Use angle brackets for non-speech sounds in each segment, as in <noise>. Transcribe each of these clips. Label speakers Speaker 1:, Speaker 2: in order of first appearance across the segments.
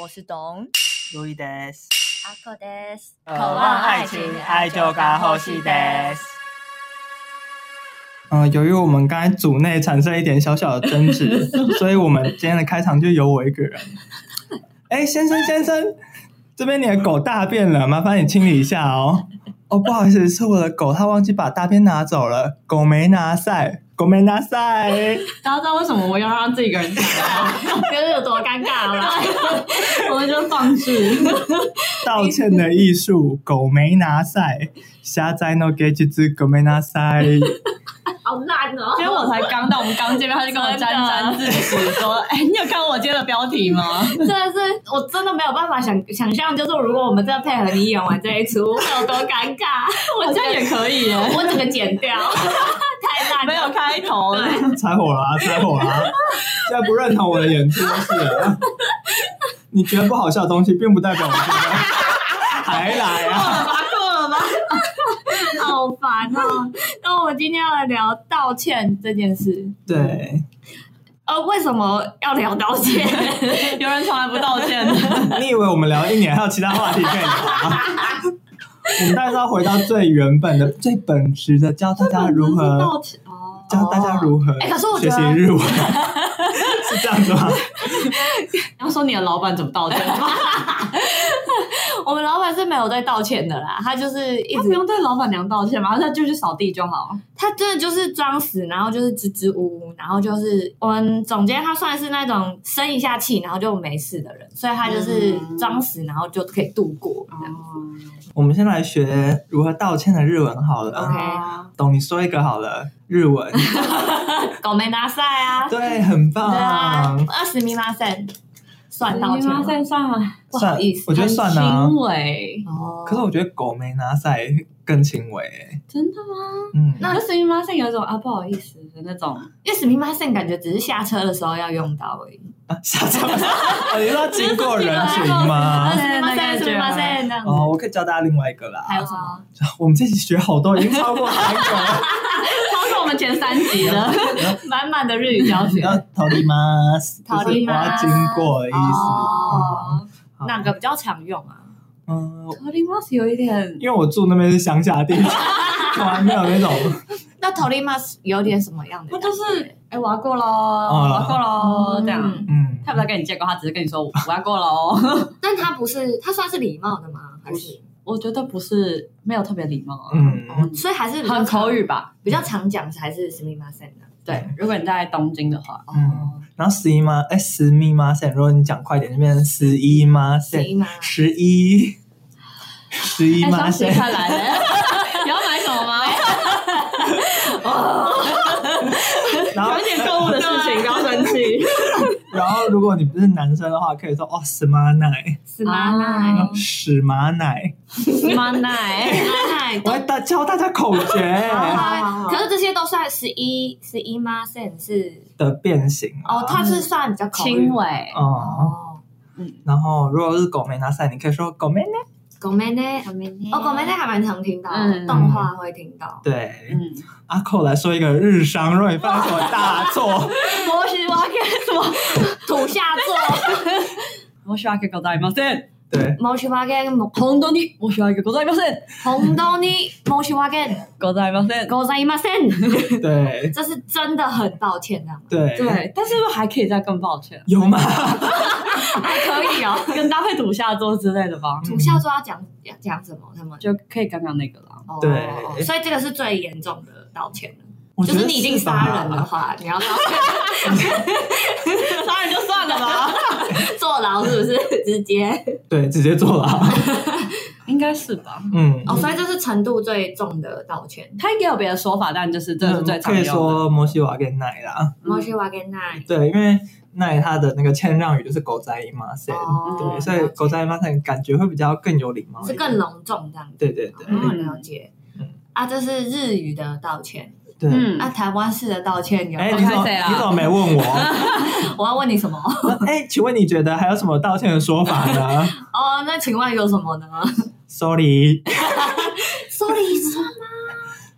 Speaker 1: 我是董
Speaker 2: 路易德斯，
Speaker 1: 阿克德斯，
Speaker 2: 渴望爱情，爱就该呼吸德斯。嗯、由于我们刚才组内产生一点小小的争执，所以我们今天的开场就由我一个人。哎，先生先生，这边你的狗大便了，麻烦你清理一下哦。哦，不好意思，是我的狗，它忘记把大便拿走了，狗没拿塞，狗没拿塞。
Speaker 3: 大家知道为什么我要让这个人讲吗？ <laughs>
Speaker 4: 觉得有多尴尬啊了吧？
Speaker 3: 我们就放置。
Speaker 2: 道歉的艺术，狗没拿塞，下载 no get 一只狗没拿塞。
Speaker 4: 好烂哦！
Speaker 3: 今天我才刚到，我们刚见面，他就跟我沾沾自喜说：“哎、你有看我今天的标题吗？
Speaker 4: 真的是，我真的没有办法想想象，就是如果我们真的配合你演完这一出，会有多尴尬。我
Speaker 3: 好
Speaker 4: 这
Speaker 3: 像也可以耶，
Speaker 4: 我整个剪掉， <laughs> 太烂了。
Speaker 3: 没有开头了。
Speaker 2: <laughs> 拆火啦，拆火啦！现在不认同我的演出是了，你觉得不好笑的东西，并不代表我觉得还来
Speaker 3: 够
Speaker 2: 啊。
Speaker 3: 了吧，够了 <laughs> 吧。
Speaker 4: 好烦哦！那我们今天要来聊道歉这件事。
Speaker 2: 对，
Speaker 4: 呃，为什么要聊道
Speaker 3: <laughs>
Speaker 4: 歉？
Speaker 3: 有人从来不道歉的，
Speaker 2: 你以为我们聊一年还有其他话题可以聊啊？我们当然是要回到最原本的、最本质的，教大家 <laughs> 如
Speaker 3: 真的是
Speaker 2: 何
Speaker 3: 道歉
Speaker 4: 哦
Speaker 2: 教大家如何
Speaker 4: 哎可是我觉
Speaker 2: 学
Speaker 4: 得
Speaker 2: 习日文， <laughs> 是这样子吗？
Speaker 3: 然后说你的老板怎么道歉？ <laughs>
Speaker 4: 我们老板是没有在道歉的啦，他就是一
Speaker 3: 他
Speaker 4: 直
Speaker 3: 不用对老板娘道歉吗？他就去扫地就好。
Speaker 4: 他真的就是装死，然后就是支支吾吾，然后就是我们总监他算是那种生一下气，然后就没事的人，所以他就是
Speaker 3: 嗯
Speaker 4: 装死，然后就可以度过。这样
Speaker 3: 哦
Speaker 2: 我们先来学如何道歉的日文好了。
Speaker 4: OK
Speaker 2: 懂，你说一个好了，日文。
Speaker 4: 狗没拿赛啊，
Speaker 2: 对，很
Speaker 4: 对啊
Speaker 2: 棒。，
Speaker 4: 二十米马赛算道歉吗，
Speaker 3: 算啊了，
Speaker 4: 不好意思
Speaker 2: 呃算我觉得算了、啊
Speaker 3: 很。轻微，
Speaker 4: 哦
Speaker 2: 可是我觉得狗没拿赛更轻微、欸，
Speaker 3: 真的吗？
Speaker 2: 嗯，
Speaker 3: 那是因为妈现有一种啊不好意思的那种，
Speaker 4: 因为史密马森感觉只是下车的时候要用到而已。
Speaker 2: 啊下车，哦
Speaker 4: <laughs>
Speaker 2: 你说经过人群吗
Speaker 3: 对？
Speaker 4: 史密马
Speaker 3: 那
Speaker 4: 森，
Speaker 3: 个
Speaker 4: 史密马森这样子。
Speaker 2: 哦，我可以教大家另外一个啦。
Speaker 4: 还有什么？
Speaker 2: 我们这期学好多，已经超过三个
Speaker 4: <laughs>
Speaker 2: 了。
Speaker 3: 超过我们前三集了。
Speaker 4: 满满的日语教学。
Speaker 2: 要逃离吗？就是
Speaker 4: 逃离
Speaker 2: 我要
Speaker 4: 吗
Speaker 2: 经过的意思。嗯
Speaker 4: 哦，
Speaker 2: 好
Speaker 4: 哪个比较常用啊？
Speaker 2: 嗯，
Speaker 3: 我林妈是有一点，
Speaker 2: 因为我住那边是乡下
Speaker 4: <laughs>
Speaker 2: 地方，从来没有那种
Speaker 4: 那 Tolimas 有点什么样的
Speaker 3: 他
Speaker 4: 感觉？
Speaker 3: 就是哎我要过喽，
Speaker 2: 哦
Speaker 3: 我要过喽
Speaker 4: 嗯
Speaker 3: 这样。
Speaker 2: 嗯
Speaker 3: 他不在跟你借过，他只是跟你说我要过喽。
Speaker 4: 但他不是，他算是礼貌的吗？还
Speaker 3: 不
Speaker 4: 是
Speaker 3: 是 <laughs> 我觉得不是没有特别礼貌啊，
Speaker 2: 嗯，
Speaker 4: 所以还是比较
Speaker 3: 很口语吧？
Speaker 4: 比较常讲，还是 s m i m a s e n 的。
Speaker 3: 对，如果你在东京的
Speaker 4: 哦
Speaker 3: 话，
Speaker 2: 嗯然后十一吗？哎，十密吗？如果你讲快点，就变成十一吗？
Speaker 4: 十一吗？
Speaker 2: 十
Speaker 4: <laughs>
Speaker 2: 一，十一
Speaker 3: 哎，
Speaker 2: 吗？
Speaker 3: 双十快来啊了，你要买什么
Speaker 2: <laughs>
Speaker 3: 吗？
Speaker 4: 啊
Speaker 2: 然后
Speaker 3: 有一点购物的事情，不要生气。
Speaker 2: 然后，如果你不是男生的话，可以说哦，死马奶，
Speaker 4: s m a
Speaker 3: 啊
Speaker 4: n
Speaker 2: 屎马奶。
Speaker 3: <laughs> 妈奶，
Speaker 4: a
Speaker 2: 我要大教大家口
Speaker 4: <laughs>
Speaker 2: 诀
Speaker 4: n 可是这些都算十一十一 m a s e n 是
Speaker 2: 的变形啊
Speaker 4: 哦，它是算比较口语
Speaker 3: 啊轻微，
Speaker 2: 哦。
Speaker 4: 哦。
Speaker 2: 然后，如果是狗没拿赛，你可以说狗没呢。
Speaker 4: 狗妹呢？哦，狗妹呢还蛮常听到的，
Speaker 3: 嗯
Speaker 4: 动画会听到。
Speaker 2: 对，
Speaker 3: 嗯，
Speaker 2: 阿寇来说一个日商，若你犯什么大错，
Speaker 4: 摩西瓦克什么土下
Speaker 3: <laughs>
Speaker 4: 座？
Speaker 3: 我需要给狗在吗？对，
Speaker 2: 对，
Speaker 4: 摩西瓦克
Speaker 3: 红豆泥，我需要给狗在吗？对，
Speaker 4: 红豆に申し訳
Speaker 3: 狗在吗？对，
Speaker 4: ございません。
Speaker 2: 对，
Speaker 4: 这是真的很抱歉，这啊样吗
Speaker 2: 对，，
Speaker 3: 对，但是不是还可以再更抱歉，
Speaker 2: 有吗？
Speaker 4: 还可以哦。
Speaker 3: 跟搭配土下座之类的吧，
Speaker 4: 土下座要讲讲讲什么？他们
Speaker 3: 就可以刚刚那个了。
Speaker 4: 哦
Speaker 2: 对
Speaker 4: 所以这个是最严重的道歉了。
Speaker 2: 我觉
Speaker 4: 就
Speaker 2: 得
Speaker 4: 是你已经杀人
Speaker 2: 吧
Speaker 4: 的，话，你要道歉
Speaker 3: 杀人就算了吧，
Speaker 4: 坐牢是不是？直
Speaker 2: <laughs>
Speaker 4: 接
Speaker 2: 对，直接坐牢。
Speaker 3: <laughs>
Speaker 4: <laughs>
Speaker 3: 应该是吧。
Speaker 2: 嗯，
Speaker 4: 哦，所以这是程度最重的道歉。
Speaker 3: 他应该有别的说法，但就是这是最常
Speaker 2: 嗯可以
Speaker 3: 用的。
Speaker 2: 说摩西瓦给奶啦。
Speaker 3: 嗯
Speaker 4: 申し訳ない。
Speaker 2: 对，因为奈它的那个谦让语就是狗仔马赛。
Speaker 4: 哦
Speaker 2: 对，，所以狗仔马赛感觉会比较更有礼貌一
Speaker 4: 是
Speaker 2: 点，
Speaker 4: 更隆重这样子。
Speaker 2: 对对对
Speaker 4: 哦了解
Speaker 2: 嗯。
Speaker 4: 啊，这是日语的道歉。
Speaker 2: 对。
Speaker 3: 嗯
Speaker 4: 那台湾式的道歉有？哦
Speaker 2: 哎、你怎么
Speaker 3: 我看谁啊
Speaker 2: 你怎么没问我？
Speaker 4: <laughs> 我要问你什么？ <laughs>
Speaker 2: 哎、请问你觉得还有什么道歉的说法
Speaker 4: <laughs>
Speaker 2: 呢
Speaker 4: 哦，那请问有
Speaker 2: <laughs>
Speaker 4: 什么呢？
Speaker 2: ？Sorry，
Speaker 4: sorry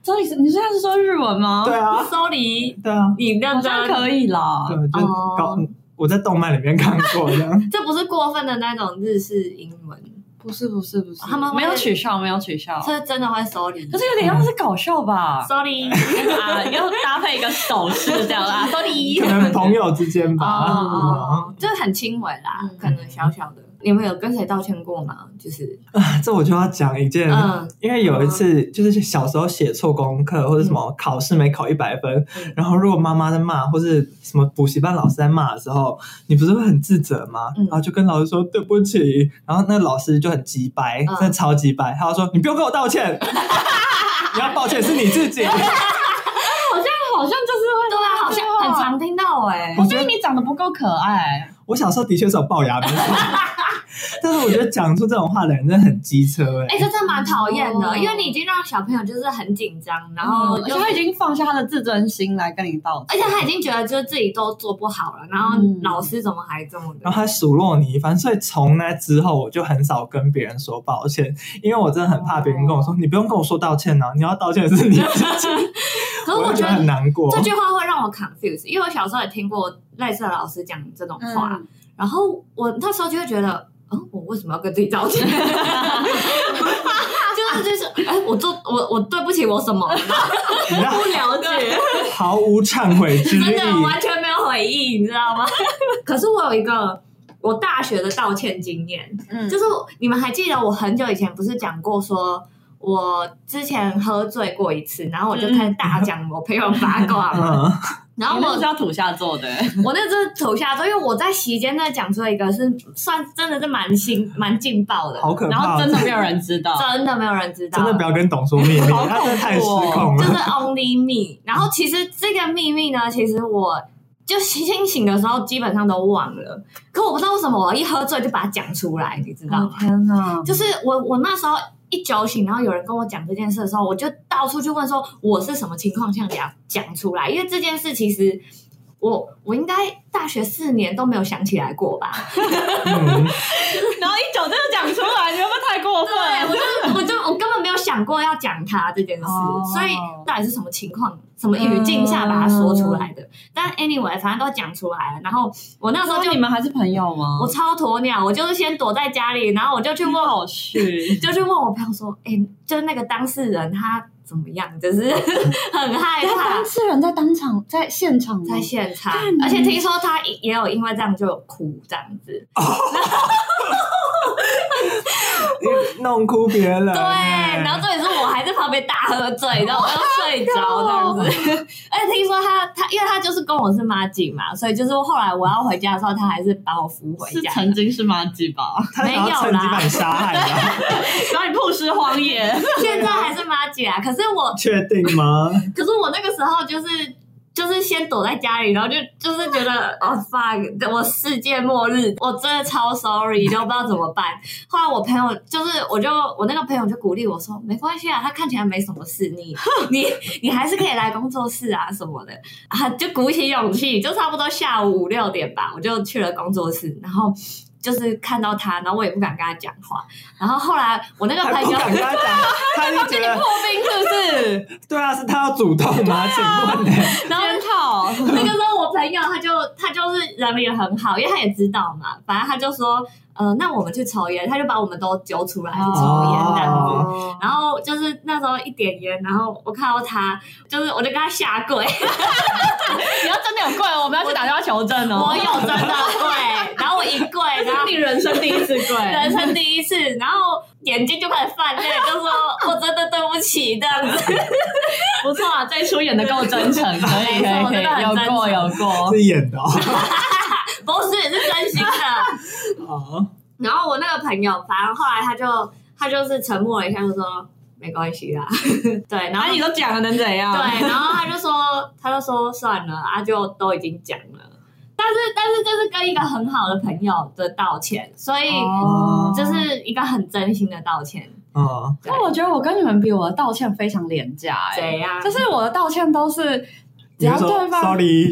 Speaker 3: 所以你现在是说日文吗？
Speaker 4: 哦
Speaker 2: 对啊，
Speaker 4: sorry，
Speaker 2: 对啊，
Speaker 4: 你认
Speaker 3: 好
Speaker 4: 真
Speaker 3: 像可以啦。
Speaker 2: 对，就是
Speaker 4: 哦
Speaker 2: 搞我在动漫里面看过这
Speaker 4: <laughs>
Speaker 2: 样。
Speaker 4: 这不是过分的那种日式英文，
Speaker 3: 不是不是不是，
Speaker 4: 哦他们会
Speaker 3: 没有取笑，没有取笑，
Speaker 4: 是真的会收礼。
Speaker 3: 可是有点像是搞笑吧？<laughs>
Speaker 4: sorry，
Speaker 3: 啊，要搭配一个手势这样啊啦。
Speaker 4: <laughs> sorry，
Speaker 2: 可能朋友之间吧。
Speaker 4: 哦，就是很轻微啦，
Speaker 3: 嗯
Speaker 4: 可能小小的。你们有跟谁道歉过吗？就是
Speaker 2: 啊这我就要讲一件，
Speaker 4: 嗯
Speaker 2: 因为有一次就是小时候写错功课或者什么考试没考一百分，
Speaker 4: 嗯
Speaker 2: 然后如果妈妈在骂或是什么补习班老师在骂的时候，你不是会很自责吗？
Speaker 4: 嗯
Speaker 2: 然后就跟老师说对不起，然后那老师就很急白，
Speaker 4: 嗯
Speaker 2: 真的超级白，他就说你不用跟我道
Speaker 4: <laughs>
Speaker 2: 歉，你要抱歉是你自己。
Speaker 3: 好像就是
Speaker 4: 对啊，好像很常听到哎、
Speaker 2: 我
Speaker 3: 我
Speaker 2: 觉
Speaker 3: 觉
Speaker 2: 得
Speaker 3: 得你长得不够可爱，
Speaker 2: 我小时候的确是有龅牙，没错。但是我觉得讲出这种话的人真的很机车哎、
Speaker 4: 哎、这真的蛮讨厌的，
Speaker 3: 哦
Speaker 4: 因为你已经让小朋友就是很紧张，然
Speaker 3: 然后
Speaker 4: 后
Speaker 3: 而
Speaker 4: 就
Speaker 3: 且嗯他已经放下他的自尊心来跟你道
Speaker 4: 哦而
Speaker 3: 歉，
Speaker 4: 且他已经觉得就是自己都做不好了，然后
Speaker 3: 嗯
Speaker 4: 老师怎么还这么的？
Speaker 2: 然后他数落你一番，所以从那之后我就很少跟别人说抱歉，因为我真的很怕别人跟我说，你不用跟我说道歉呢、啊你要道歉的是你自己，
Speaker 4: 可是我
Speaker 2: 就
Speaker 4: 觉
Speaker 2: 很
Speaker 4: 得
Speaker 2: 难过。
Speaker 4: 这句话会让我 confuse，因为我小时候也听过类似的老师讲这种话，
Speaker 3: 嗯
Speaker 4: 然后我那时候就会觉得，嗯，我为什么要跟自己道歉？ <laughs> 就是就是，哎、我做我我对不起我什么？然后
Speaker 2: 你知道
Speaker 4: 不了解，
Speaker 2: 毫无忏悔之
Speaker 4: <laughs> 真
Speaker 2: 力，
Speaker 4: 的完全没有回忆，你知道吗？ <laughs> 可是我有一个我大学的道歉经验，
Speaker 3: 嗯
Speaker 4: 就是你们还记得我很久以前不是讲过说。我之前喝醉过一次，然后我就开始大讲我朋友八卦嘛，
Speaker 2: <laughs> 嗯，
Speaker 4: 然
Speaker 3: <laughs>
Speaker 4: 后
Speaker 3: 嗯你那
Speaker 4: 我
Speaker 3: 是要土下座
Speaker 2: <laughs>
Speaker 3: 的，
Speaker 4: 我那真的土下座，因为我在席间那讲出一个是算真的是蛮新蛮劲爆的，
Speaker 2: 好可
Speaker 3: 然
Speaker 2: 怕，
Speaker 3: 后真的没有人知
Speaker 4: <laughs>
Speaker 3: 道，
Speaker 4: 真的没有人知道，
Speaker 2: 真的不要跟董说秘密，
Speaker 3: 好恐怖哦
Speaker 2: 他真的太失控
Speaker 4: 就是
Speaker 2: 了。
Speaker 4: only me。然后其实这个秘密呢，其实我就清醒的时候基本上都忘了，可我不知道为什么我一喝醉就把它讲出来，你知道吗？
Speaker 3: 哦天哪！
Speaker 4: 就是我我那时候一酒醒，然后有人跟我讲这件事的时候，我就到处去问说我是什么情况下讲讲出来，因为这件事其实。我我应该大学四年都没有想起来过吧？
Speaker 2: 嗯，
Speaker 3: <laughs> 然后一酒就讲出来，你会不会太过分？
Speaker 4: 对，我
Speaker 3: <laughs>
Speaker 4: 就我就我根本没有想过要讲他这件事，
Speaker 3: 哦
Speaker 4: 所以到底是什么情况、什么语境下把它说出来的？但 anyway，反正都讲出来了。然后我那时候
Speaker 3: 那
Speaker 4: 就
Speaker 3: 你们还是朋友吗？
Speaker 4: 我超鸵鸟，我就是先躲在家里，然后我就去问我
Speaker 3: 好虚，
Speaker 4: 就去问我朋友说，哎、就是那个当事人他怎么样？就是 <laughs> 很害怕。
Speaker 3: 事人在当场在现场吗
Speaker 4: 在现场
Speaker 3: 干你，
Speaker 4: 而且听说他也有因为这样就有哭这样子，
Speaker 2: 弄哭别人。
Speaker 4: <laughs>
Speaker 2: 欸 <laughs>
Speaker 4: 对，然后重点是我还在旁边大喝醉，然后我要睡着这样子。 <laughs> 而且听说他他，因为他就是跟我是妈姐嘛，所以就是后来我要回家的时候，他还是把我扶回
Speaker 3: 是
Speaker 4: 家。
Speaker 3: 曾经是马吉 <laughs> 吧？
Speaker 2: 他想要趁机把你杀害啊，
Speaker 3: 然后你曝尸荒野，
Speaker 4: 现在还是妈姐啊，可是我
Speaker 2: 确定吗？
Speaker 4: 可是我那个时候就是。就是先躲在家里，然后就就是觉得哦 fuck，我世界末日，我真的超 sorry，都不知道怎么办。后来我朋友就是，我就我那个朋友就鼓励我说，没关系啊，他看起来没什么事，
Speaker 2: <laughs>
Speaker 4: 你你你还是可以来工作室啊什么的啊，就鼓起勇气，就差不多下午五六点吧，我就去了工作室，然后就是看到他，然后我也不敢跟他讲话，然后后来我那个
Speaker 2: 还
Speaker 4: 朋
Speaker 2: 不
Speaker 4: 友
Speaker 2: 敢跟他讲，他一定觉得
Speaker 3: 破冰
Speaker 4: <laughs>
Speaker 3: 是不是？
Speaker 2: 对啊，是他要主动吗？请问欸呢？
Speaker 4: 然后
Speaker 3: 检讨， <laughs>
Speaker 4: 那个时候我朋友他就他就是人也很好，因为他也知道嘛，反正他就说，呃，那我们去抽烟，他就把我们都揪出来去抽烟这样子。
Speaker 2: 哦
Speaker 4: 然后就是那时候一点烟，然后我看到他，就是我就跟他下跪， <laughs>
Speaker 3: 你要真的有跪，我们要去打电话求证哦。
Speaker 4: 我有真的跪，然后我一跪，然后
Speaker 3: 你人生第一次跪，
Speaker 4: 人生第一次，然后眼睛就开始泛泪，就说我真的对不起这样子。 <laughs>
Speaker 3: 不错啊，这一出演的够真诚，可以可以
Speaker 4: 没错
Speaker 3: 可
Speaker 4: 真的
Speaker 3: 以，
Speaker 4: 很
Speaker 3: 有
Speaker 4: 真
Speaker 3: 过
Speaker 4: 诚
Speaker 3: 有过，
Speaker 2: 是演的哦。
Speaker 4: 不是，是真心的。
Speaker 2: 哦
Speaker 4: 然后我那个朋友，反正后来他就他就是沉默了一下，就说没关系啦， <laughs> 对，然
Speaker 3: 然
Speaker 4: 后
Speaker 3: 后啊你都讲了能怎样？
Speaker 4: 对，然后他就说他就说算了，啊，就都已经讲了，但是但是就是跟一个很好的朋友的道歉，所以
Speaker 2: 哦
Speaker 4: 就。是一个很真心的道歉，
Speaker 2: 哦，
Speaker 4: 对
Speaker 3: 但我觉得我跟你们比，我的道歉非常廉价、哎，
Speaker 4: 怎样？
Speaker 3: 就是我的道歉都是，只
Speaker 2: 你
Speaker 3: 要
Speaker 2: 就说
Speaker 3: 对方 <laughs>
Speaker 2: sorry，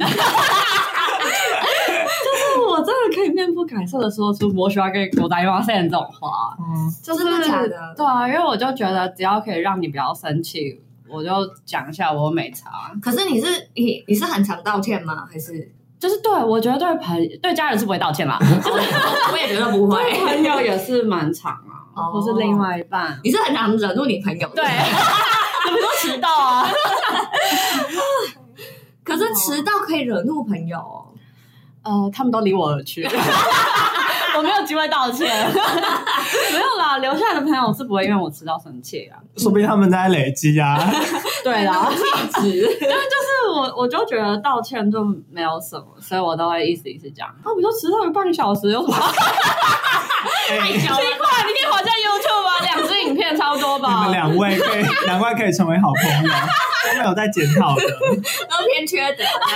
Speaker 3: 我真的可以面不改色的说出“我喜欢跟狗仔 y 线”这种话，
Speaker 2: 嗯
Speaker 3: 就是
Speaker 4: <laughs> 真的假 <laughs> 的
Speaker 3: 对啊，因为我就觉得只要可以让你不要生气，我就讲一下我没差。
Speaker 4: <laughs> 可是你是你你是很常道歉吗？还是
Speaker 3: 就是对我觉得对朋对家人是不会道
Speaker 4: <laughs>
Speaker 3: 歉啦，
Speaker 4: 哦我也觉得不 <laughs> 会。
Speaker 3: 对朋友也是蛮长啊，
Speaker 4: 哦
Speaker 3: 或是另外一半，
Speaker 4: 你是很难惹怒你朋友的，
Speaker 3: 对，你们都迟到啊，
Speaker 4: 可是迟到可以惹怒朋友哦。
Speaker 3: 呃，他们都离我而
Speaker 4: <laughs>
Speaker 3: 去，我没有机会道歉， <laughs> 没有啦，留下来的朋友是不会因为我迟到生气啊，
Speaker 2: 说不定他们在累积
Speaker 3: <laughs>
Speaker 2: 啊。
Speaker 3: 对啦，
Speaker 4: 体
Speaker 3: <laughs>
Speaker 4: 质，
Speaker 3: 是我我就觉得道歉就没有什么，所以我都会意思意思讲，那、啊、不就迟到有半个小时有什么？ <laughs>
Speaker 4: 太
Speaker 2: 哎
Speaker 4: 小
Speaker 3: 奇
Speaker 4: 了。
Speaker 3: 怪，你可以划下 YouTube <laughs> 啊，两支影片差不多
Speaker 2: 你
Speaker 3: 吧
Speaker 2: 们。两位可以，难怪可以成为好
Speaker 3: <laughs>
Speaker 2: 朋友，都没有在检讨的。
Speaker 4: 都偏缺德。啊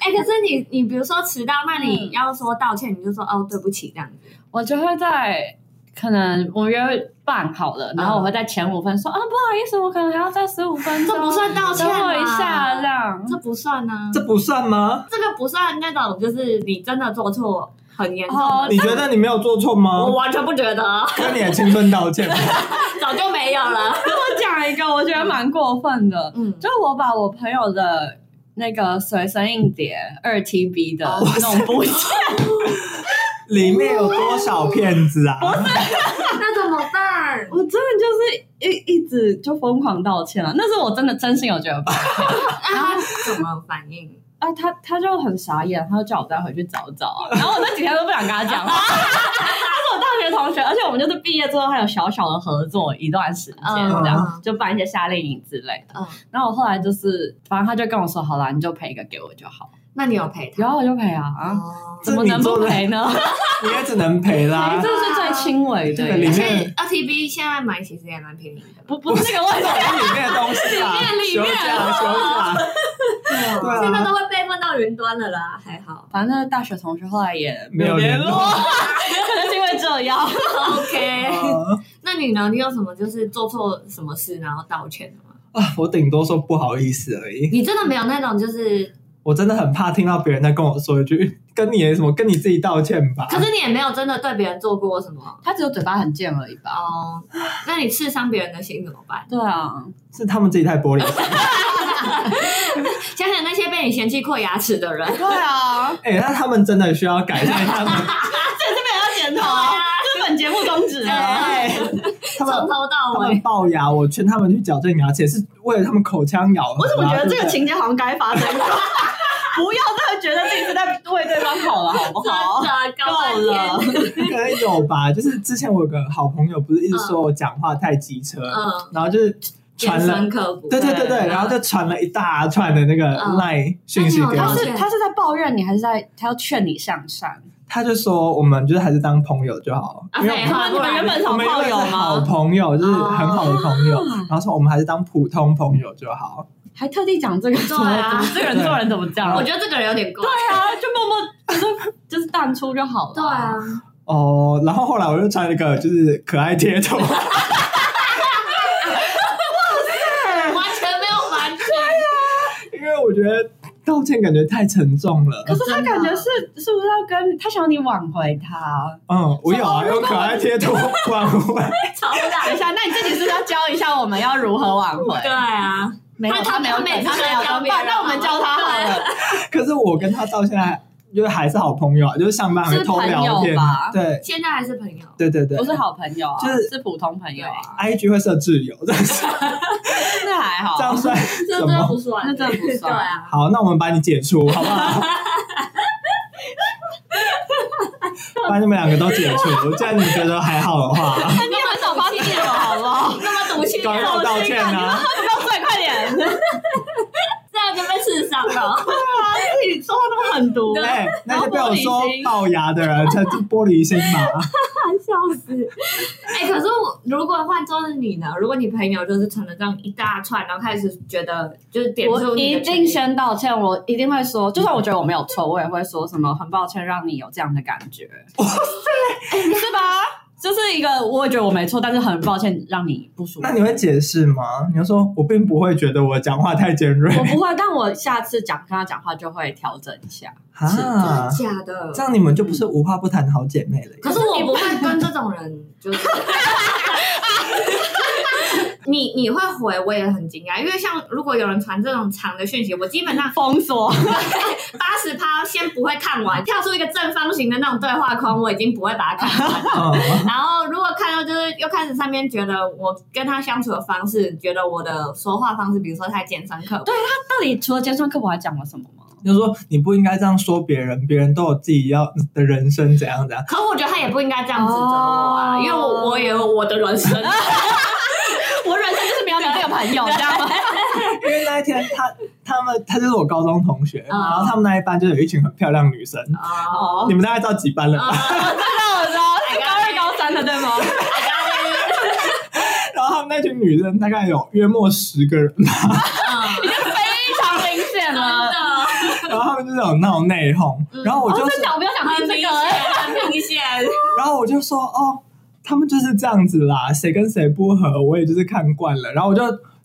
Speaker 4: 哎、可是你你比如说迟到，那你要说道歉，你就说哦对不起这样子。
Speaker 3: 我就会在可能我约半好了，然后我会在前五分说、啊，不好意思，我可能还要再十五分钟，
Speaker 4: 这不算道歉啊
Speaker 3: 等
Speaker 4: 吧
Speaker 3: 我一下这样。
Speaker 4: 这不算啊呢、
Speaker 2: 这不算吗？
Speaker 4: 这个不算那种就是你真的做错很严重的。
Speaker 3: 哦
Speaker 2: 你觉得你没有做错
Speaker 4: 我
Speaker 2: 吗？
Speaker 4: 完全不觉得，
Speaker 2: 跟你的青春道
Speaker 3: <laughs>
Speaker 2: 歉吧。
Speaker 4: <laughs> 早就没有了。
Speaker 3: 我讲一个我觉得蛮过分的，
Speaker 4: 嗯，
Speaker 3: 就我把我朋友的那个随身硬碟二 TB 的
Speaker 2: 哦
Speaker 3: 弄不见，
Speaker 2: 里面有多少骗子啊？
Speaker 4: 那怎么办？
Speaker 3: 我真的就是一一直就疯狂道歉了。那是我真的真心有觉得吧？
Speaker 4: 那他怎么反应？
Speaker 3: 啊，他他就很傻眼，他就叫我再回去找找啊。然后我那几天都不想跟他讲话， <laughs> 他是我大学同学，而且我们就是毕业之后还有小小的合作一段时间，这样、
Speaker 4: 嗯
Speaker 3: 就办一些夏令营之类的。
Speaker 4: 嗯，
Speaker 3: 然后我后来就是，反正他就跟我说，好啦，你就赔一个给我就好。
Speaker 4: 那你有陪他？
Speaker 3: 然后我就赔啊啊，
Speaker 4: 哦
Speaker 3: 怎么能不赔呢？
Speaker 2: 你也只能赔
Speaker 3: 赔
Speaker 2: 啦。
Speaker 3: <laughs> 这是最轻微的
Speaker 2: 啊这个里
Speaker 3: 耶，
Speaker 4: 而
Speaker 2: 面
Speaker 4: 且二 T B 现在买其实也蛮便宜的，
Speaker 3: 不不是那个问题。
Speaker 2: 里面的东西啊，
Speaker 3: 里
Speaker 2: 休
Speaker 3: 面
Speaker 2: 假休假，对啊
Speaker 4: 现在都会备份到云端了啦，还好。
Speaker 3: 反正大学同学后来也
Speaker 2: 没有联络
Speaker 3: 络， <laughs> 可能是因为这样。哎
Speaker 4: OK，
Speaker 2: 呃
Speaker 4: 那你呢？你有什么就是做错什么事然后道歉的吗？
Speaker 2: 啊，我顶多说不好意思而已。
Speaker 4: 你真的没有那种就是，
Speaker 2: 我真的很怕听到别人在跟我说一句 <laughs> “跟你也什么，跟你自己道歉吧
Speaker 4: 可是你也没有真的对别人做过什么
Speaker 3: <laughs> 他只有嘴巴很贱而已吧？
Speaker 4: 哦。那你刺伤别人的心怎么办？
Speaker 3: 对啊，”，
Speaker 2: 是他们自己太玻璃心。
Speaker 4: 想想那些被你嫌弃破牙齿的人，
Speaker 3: 对啊，
Speaker 2: <laughs> 哎、那他们真的需要改善他们，
Speaker 3: 这这边要检
Speaker 4: 对
Speaker 3: 讨
Speaker 4: 啊
Speaker 3: 啊，这是本节目宗旨啊。
Speaker 2: 他
Speaker 4: 从
Speaker 2: 们
Speaker 4: 头到
Speaker 2: 他们
Speaker 4: 尾。
Speaker 2: 龅牙，我劝他们去矫正牙齿，也是为了他们口腔咬合啊。
Speaker 3: 我怎么觉得这个
Speaker 2: 对
Speaker 3: 情节好像该发生 <laughs> 过？不要再觉得自己是在为对方好了，好不 <laughs>
Speaker 4: 真
Speaker 3: 好？
Speaker 4: 的搞半
Speaker 3: 够了
Speaker 4: 天，，
Speaker 2: 不 <laughs> 对可能有吧？就是之前我有个好朋友，不是一直说我讲话太机车，
Speaker 4: 嗯，
Speaker 2: 然后就是传了
Speaker 4: 尖酸刻薄。
Speaker 2: 对对对对，
Speaker 3: 对
Speaker 2: 然后就传了一大串的那个
Speaker 4: 嗯
Speaker 2: line 讯息
Speaker 4: 那你有
Speaker 2: 给
Speaker 3: 他
Speaker 2: 我
Speaker 4: 道，
Speaker 3: 是他是在抱怨你，还是在他要劝你向善？
Speaker 2: 他就说我们就是还是当朋友就好，
Speaker 4: 啊
Speaker 2: 因为我
Speaker 4: 废
Speaker 2: 们
Speaker 3: 那
Speaker 4: 话
Speaker 3: 你们 <laughs> 原本是
Speaker 2: 我
Speaker 3: 好
Speaker 2: 们原
Speaker 3: 炮
Speaker 2: 本是
Speaker 3: 友
Speaker 2: 好
Speaker 3: 吗？啊
Speaker 2: 朋友，就是很好的朋友，然后说我们还是当普通朋友就好。
Speaker 3: 还特地讲这个，怎么
Speaker 4: 对啊
Speaker 3: 怎么这个人做人怎么这样？
Speaker 4: 我觉得这个人有点怪。
Speaker 3: 对啊，就默默就是就是淡出就好了。
Speaker 4: 对啊，，
Speaker 2: 哦，然后后来我就传了一个就是可爱贴图， <laughs>
Speaker 4: 完全没有完全。
Speaker 2: 因为我觉得道歉感觉太沉重了。
Speaker 3: 可是他
Speaker 4: 真的
Speaker 3: 感觉是是不是要跟他想你挽回他？
Speaker 2: 嗯，我有啊，有可爱贴图挽回。
Speaker 4: 超大
Speaker 3: 等一下，那你自己是不是要教一下我们要如何挽回？
Speaker 4: 对啊，
Speaker 3: 没有，
Speaker 4: 他
Speaker 3: 没有
Speaker 4: 他每
Speaker 3: 给，
Speaker 4: 次
Speaker 3: 他
Speaker 4: 都
Speaker 3: 没
Speaker 4: 要
Speaker 3: 有
Speaker 4: 教
Speaker 3: 怎么
Speaker 4: 别人
Speaker 3: 办？那我们教他好了。
Speaker 2: <laughs> 可是我跟他到现在就是还是好朋友啊，就是上班还会偷聊
Speaker 3: 是朋
Speaker 2: 天
Speaker 3: 友吧，
Speaker 2: 对
Speaker 4: 现在还是朋友。
Speaker 2: 对对对，
Speaker 3: 不是好朋友啊，
Speaker 2: 就是
Speaker 3: 是普通朋友啊，
Speaker 2: IG 会设挚友， <laughs> 但是
Speaker 3: 那还好。
Speaker 2: 这样算
Speaker 4: 这
Speaker 2: 什
Speaker 4: 真的
Speaker 2: 么
Speaker 4: 不？算，
Speaker 3: 那真的不算
Speaker 4: 对啊，
Speaker 2: 好，那我们把你解除，好不 <laughs> 好？把你们两个都解除，这样你觉得还好的 <laughs> 话，
Speaker 3: 那你也很少发现我，好不好？
Speaker 4: 那么毒气
Speaker 2: 赶快跟我道歉啊！
Speaker 3: 不要快快点！ <laughs>
Speaker 4: 这样就被刺伤了。
Speaker 3: 自己说话那么狠毒
Speaker 4: 对
Speaker 2: 哎、那些被我说龅牙的人才是玻璃心吧？
Speaker 4: 笑死！哎、可是我如果换做是你呢？如果你朋友就是传了这样一大串，然后开始觉得就是点出
Speaker 3: 我
Speaker 4: 你
Speaker 3: 一
Speaker 4: 的缺
Speaker 3: 定
Speaker 4: 点
Speaker 3: 先道歉，我一定会说，就算我觉得我没有错，我也会说什么很抱歉让你有这样的感觉， <laughs> 是吧？就是一个我也觉得我没错，但是很抱歉让你不舒服。
Speaker 2: <laughs> 那你会解释吗？你就说我并不会觉得我讲话太尖锐
Speaker 3: 我不会，但我下次讲跟他讲话就会调整一下。
Speaker 2: 啊，
Speaker 4: 真的假的
Speaker 2: 这。样你们就不是无话不谈的好姐妹了耶。
Speaker 4: 可是我不会跟这种人，就是 <laughs> 你你会回，我也很惊讶，因为像如果有人传这种长的讯息，我基本上
Speaker 3: 封锁，
Speaker 4: 八十趴先不会看完，跳出一个正方形的那种对话框，我已经不会把它看完了。
Speaker 2: 嗯，
Speaker 4: 然后如果看到就是又开始上面觉得我跟他相处的方式，觉得我的说话方式，比如说太尖酸刻薄，
Speaker 3: 到底除了尖酸刻薄还讲了什么吗？
Speaker 2: 就说你不应该这样说别人，别人都有自己要的人生，怎样怎样。
Speaker 4: 可我觉得他也不应该这样指责我啊，
Speaker 3: 哦
Speaker 4: 因为我我也有我的人生。啊
Speaker 3: 我人生就是没有你这个朋友，知道吗？
Speaker 2: 因为那一天他他们他就是我高中同学，
Speaker 4: 嗯
Speaker 2: 然后他们那一班就有一群很漂亮女生，
Speaker 4: 哦， <laughs> 啊
Speaker 2: 你们大概知道几班了吧？
Speaker 3: 那我知道是 <laughs> 高二高三的对吗？
Speaker 2: 然后他们那群女生大概有约莫十个人，
Speaker 4: 嗯
Speaker 3: 已经非常明显啊 <laughs> 了。
Speaker 4: 真的
Speaker 2: 然后他们就是有闹内讧，
Speaker 4: 嗯
Speaker 2: 然后我
Speaker 3: 我
Speaker 2: 就
Speaker 3: 哦真
Speaker 2: 是，
Speaker 3: 的我不要想
Speaker 4: 很
Speaker 3: 听
Speaker 4: 明
Speaker 3: 这
Speaker 4: 显，
Speaker 3: 个。<laughs>
Speaker 4: 很明显。
Speaker 2: 然后我就说哦，他们就是这样子啦，谁跟谁不合，我也就是看惯了，然后我就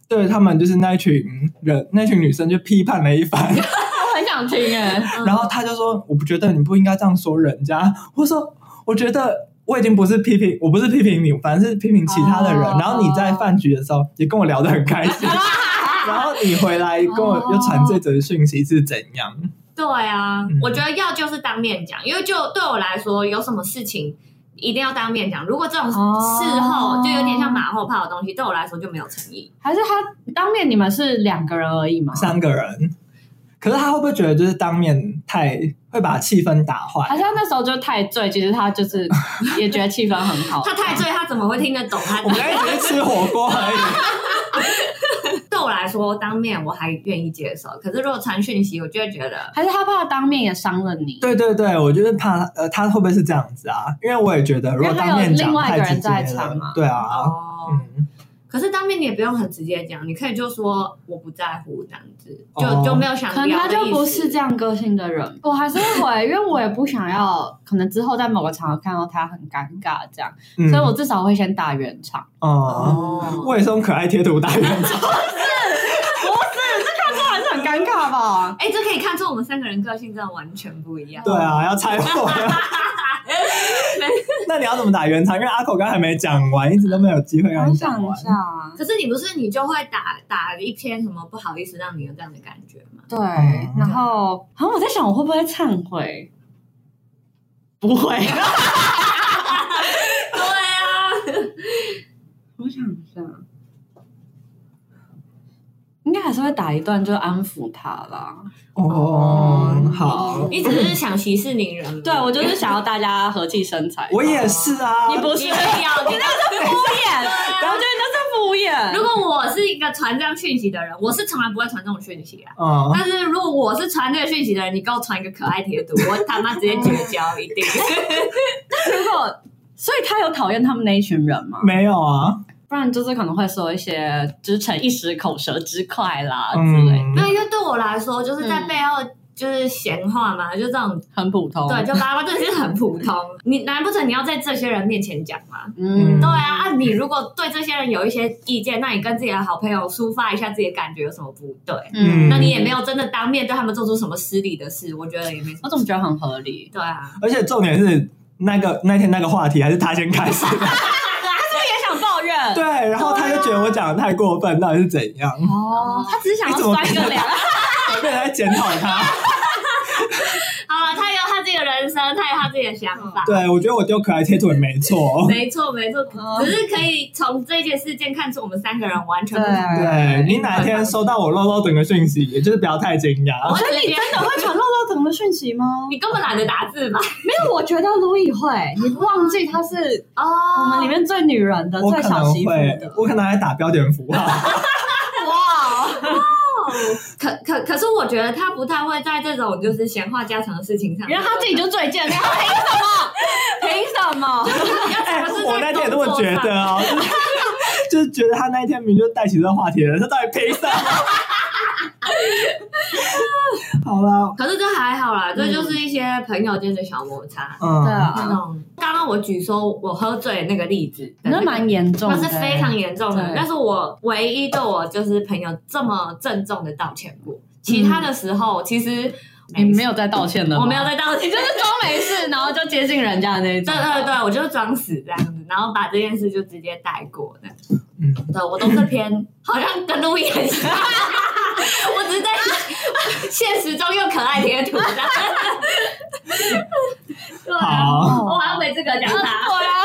Speaker 2: 对他们就是那群人那群女生就批判了一番，
Speaker 3: 我很想听哎、
Speaker 2: 然后他就说我不觉得你不应该这样说人家， <laughs> 我说我觉得。我已经不是批评，我不是批评你，反正是批评其他的人。
Speaker 3: 哦
Speaker 2: 然后你在饭局的时候也跟我聊得很开
Speaker 3: <laughs>
Speaker 2: 心，然后你回来跟我又传这则讯息是怎样？
Speaker 4: 对啊
Speaker 2: 嗯，
Speaker 4: 我觉得要就是当面讲，因为就对我来说，有什么事情一定要当面讲。如果这种
Speaker 3: 哦
Speaker 4: 事后就有点像马后炮的东西，对我来说就没有诚意。
Speaker 3: 还是他当面你们是两个人而已嘛？
Speaker 2: 三个人，可是他会不会觉得就是当面太会把气氛打坏？
Speaker 3: 还是他那时候就太醉，其实他就是
Speaker 2: <laughs>
Speaker 3: 也觉得气氛很好。
Speaker 4: 他太醉，他怎么会听得懂？他
Speaker 2: 我们刚才只是吃火锅而
Speaker 3: <laughs>
Speaker 2: 已，
Speaker 4: 对我来说，当面我还愿意接受，可是如果传讯息，我就会觉得，
Speaker 3: 还是他怕当面也伤了你，
Speaker 2: 对对对，我就是怕呃，他会不会是这样子啊？因为我也觉得，如果当面讲
Speaker 3: 因为
Speaker 2: 太
Speaker 3: 还有
Speaker 2: 直接
Speaker 3: 另外一个人在场
Speaker 2: 了
Speaker 3: 嘛，
Speaker 2: 对啊，
Speaker 4: 哦，
Speaker 2: 嗯，
Speaker 4: 可是当面你也不用很直接讲，你可以就说我不在乎这样子，就、
Speaker 2: 哦
Speaker 4: 就没有想
Speaker 3: 可能
Speaker 4: 聊
Speaker 3: 他
Speaker 4: 的意
Speaker 3: 就
Speaker 4: 思。
Speaker 3: 不是这样个性的人。我还是会回，因为我也不想要，可能之后在某个场合看到他很尴尬这样，
Speaker 2: 嗯
Speaker 3: 所以我至少会先打圆场。
Speaker 2: 哦，
Speaker 4: 哦，
Speaker 2: 我也是用可爱贴图打圆场，
Speaker 3: 这还是很尴尬吧？
Speaker 4: 哎、这可以看出我们三个人个性真的完全不一样。
Speaker 2: 对
Speaker 3: 哦
Speaker 2: 啊，要拆
Speaker 3: <laughs>
Speaker 2: 火。那你要怎么打圆场？因为阿口刚才还没讲完，一直都没有机会让
Speaker 3: 我
Speaker 2: 你
Speaker 3: 想
Speaker 2: 讲
Speaker 3: 一
Speaker 2: 完。嗯
Speaker 3: 下啊，
Speaker 4: 可是你不是你就会打打一篇什么不好意思让你有这样的感觉吗？
Speaker 3: 对，
Speaker 2: 嗯
Speaker 3: 然后好像我在想我会不会忏悔。 <laughs> 不会，
Speaker 4: 对啊，
Speaker 3: 我想一下，应该还是会打一段，就安抚他啦。
Speaker 2: 哦，好，
Speaker 4: 你只是想息事宁人。
Speaker 3: 对，我就是想要大家和气生财。
Speaker 2: 我也是啊，
Speaker 3: 你不
Speaker 4: 你
Speaker 3: 是
Speaker 4: 不要，你那
Speaker 3: 敷衍，
Speaker 4: 对
Speaker 3: 我
Speaker 4: 啊
Speaker 3: 觉得你就是敷衍。
Speaker 4: 如果我是一个传这样讯息的人，我是从来不会传这种讯息啊。
Speaker 2: 嗯，
Speaker 4: 但是如果我是传这个讯息的人，你给我传一个可爱贴图，我他妈直接绝交，一定。
Speaker 3: 如果，所以他有讨厌他们那一群人吗？
Speaker 2: 没有啊，
Speaker 3: 不然就是可能会说一些就是逞一时口舌之快啦啊之类，
Speaker 2: 嗯
Speaker 4: <laughs> 没，有，因为对我来说，就是在
Speaker 3: 嗯
Speaker 4: 背后就是闲话嘛，就这种，
Speaker 3: 很普通。
Speaker 4: 对，，就八卦，这是很普 <laughs> 通。你难不成你要在这些人面前讲吗？
Speaker 3: 嗯，
Speaker 4: 对啊，啊，你如果对这些人有一些意见，那你跟自己的好朋友抒发一下自己的感觉有什么不对？
Speaker 2: 嗯
Speaker 4: 那你也没。有真的当面对他们做出什么失礼的事，我觉得也没什么。
Speaker 3: 我怎么觉得很合理？
Speaker 4: 对啊，
Speaker 2: 而且重点是那个那天那个话题还是他先开
Speaker 3: <laughs>
Speaker 2: 始，
Speaker 3: 他啊也想抱怨。
Speaker 2: 对，然后他就觉得我讲的太过分，到底是怎样？
Speaker 3: 哦，他只是想
Speaker 4: 哎
Speaker 3: 要
Speaker 2: 你怎么
Speaker 3: 酸 <laughs> 个凉。
Speaker 2: 我
Speaker 3: 啊
Speaker 2: 变成在检讨他。
Speaker 4: 好了，他有他自己的人生，他有他自己的想法。
Speaker 2: 对，我觉得我丢可爱贴图也没错。
Speaker 4: 没错，没错
Speaker 3: 哦，
Speaker 4: 只是可以从这件事件看出我们三个人完全不
Speaker 3: 啊
Speaker 4: 同。
Speaker 2: 对你哪天收到我漏漏等的讯息，也就是不要太惊
Speaker 4: 我
Speaker 2: 讶。
Speaker 3: 所以
Speaker 4: 直
Speaker 3: 你
Speaker 4: 接，
Speaker 3: 真的会传漏漏等的讯息吗？
Speaker 4: 你根本懒得打字吧？
Speaker 3: 没有，我觉得卢以会，你忘记她是
Speaker 4: 哦，
Speaker 3: 我们里面最女人的、
Speaker 2: 我
Speaker 3: 最
Speaker 2: 可
Speaker 3: 小
Speaker 2: 能
Speaker 3: 媳妇
Speaker 2: 会
Speaker 3: 的，。
Speaker 2: 我可能还打标点符号。
Speaker 3: 哇，
Speaker 4: 可可可是，我觉得他不太会在这种就是闲话家常的事情上。
Speaker 3: 然后他自己就最贱，然后凭什么？凭什么？
Speaker 2: 哎，
Speaker 4: 是在
Speaker 2: <laughs> 我那天也这么觉得哦， <laughs> 就是就是觉得他那一天明明就带起这个话题了，他到底凭什么？好了，
Speaker 4: 可是这还好
Speaker 3: 嗯
Speaker 4: 啦，这就是一些朋友间的小摩擦。
Speaker 2: 嗯，
Speaker 3: <laughs> 对啊
Speaker 4: 那种刚刚我举说我喝醉那个例子，
Speaker 3: 那蛮严重
Speaker 4: 那
Speaker 3: 的，欸
Speaker 4: 是非常严重的
Speaker 3: 对，
Speaker 4: 那是我唯一对我就是朋友这么郑重的道歉过。其他的时候，其实哎
Speaker 3: 你没有在道歉的，
Speaker 4: 我没有。在道
Speaker 3: <laughs>
Speaker 4: 歉，
Speaker 3: 你
Speaker 4: 就
Speaker 3: 就是是装没事，然后就接近人家的那一种。
Speaker 4: 对对对，我就装死这样子，然后把这件事就直接带过的。
Speaker 2: 嗯，
Speaker 4: 的，我都是偏好像跟路易很 <laughs> 像，我 <laughs> 只是在现实中用可爱贴图的。 <laughs> 对啊，
Speaker 2: 嗯好
Speaker 4: 我好像没资格讲他。对啊，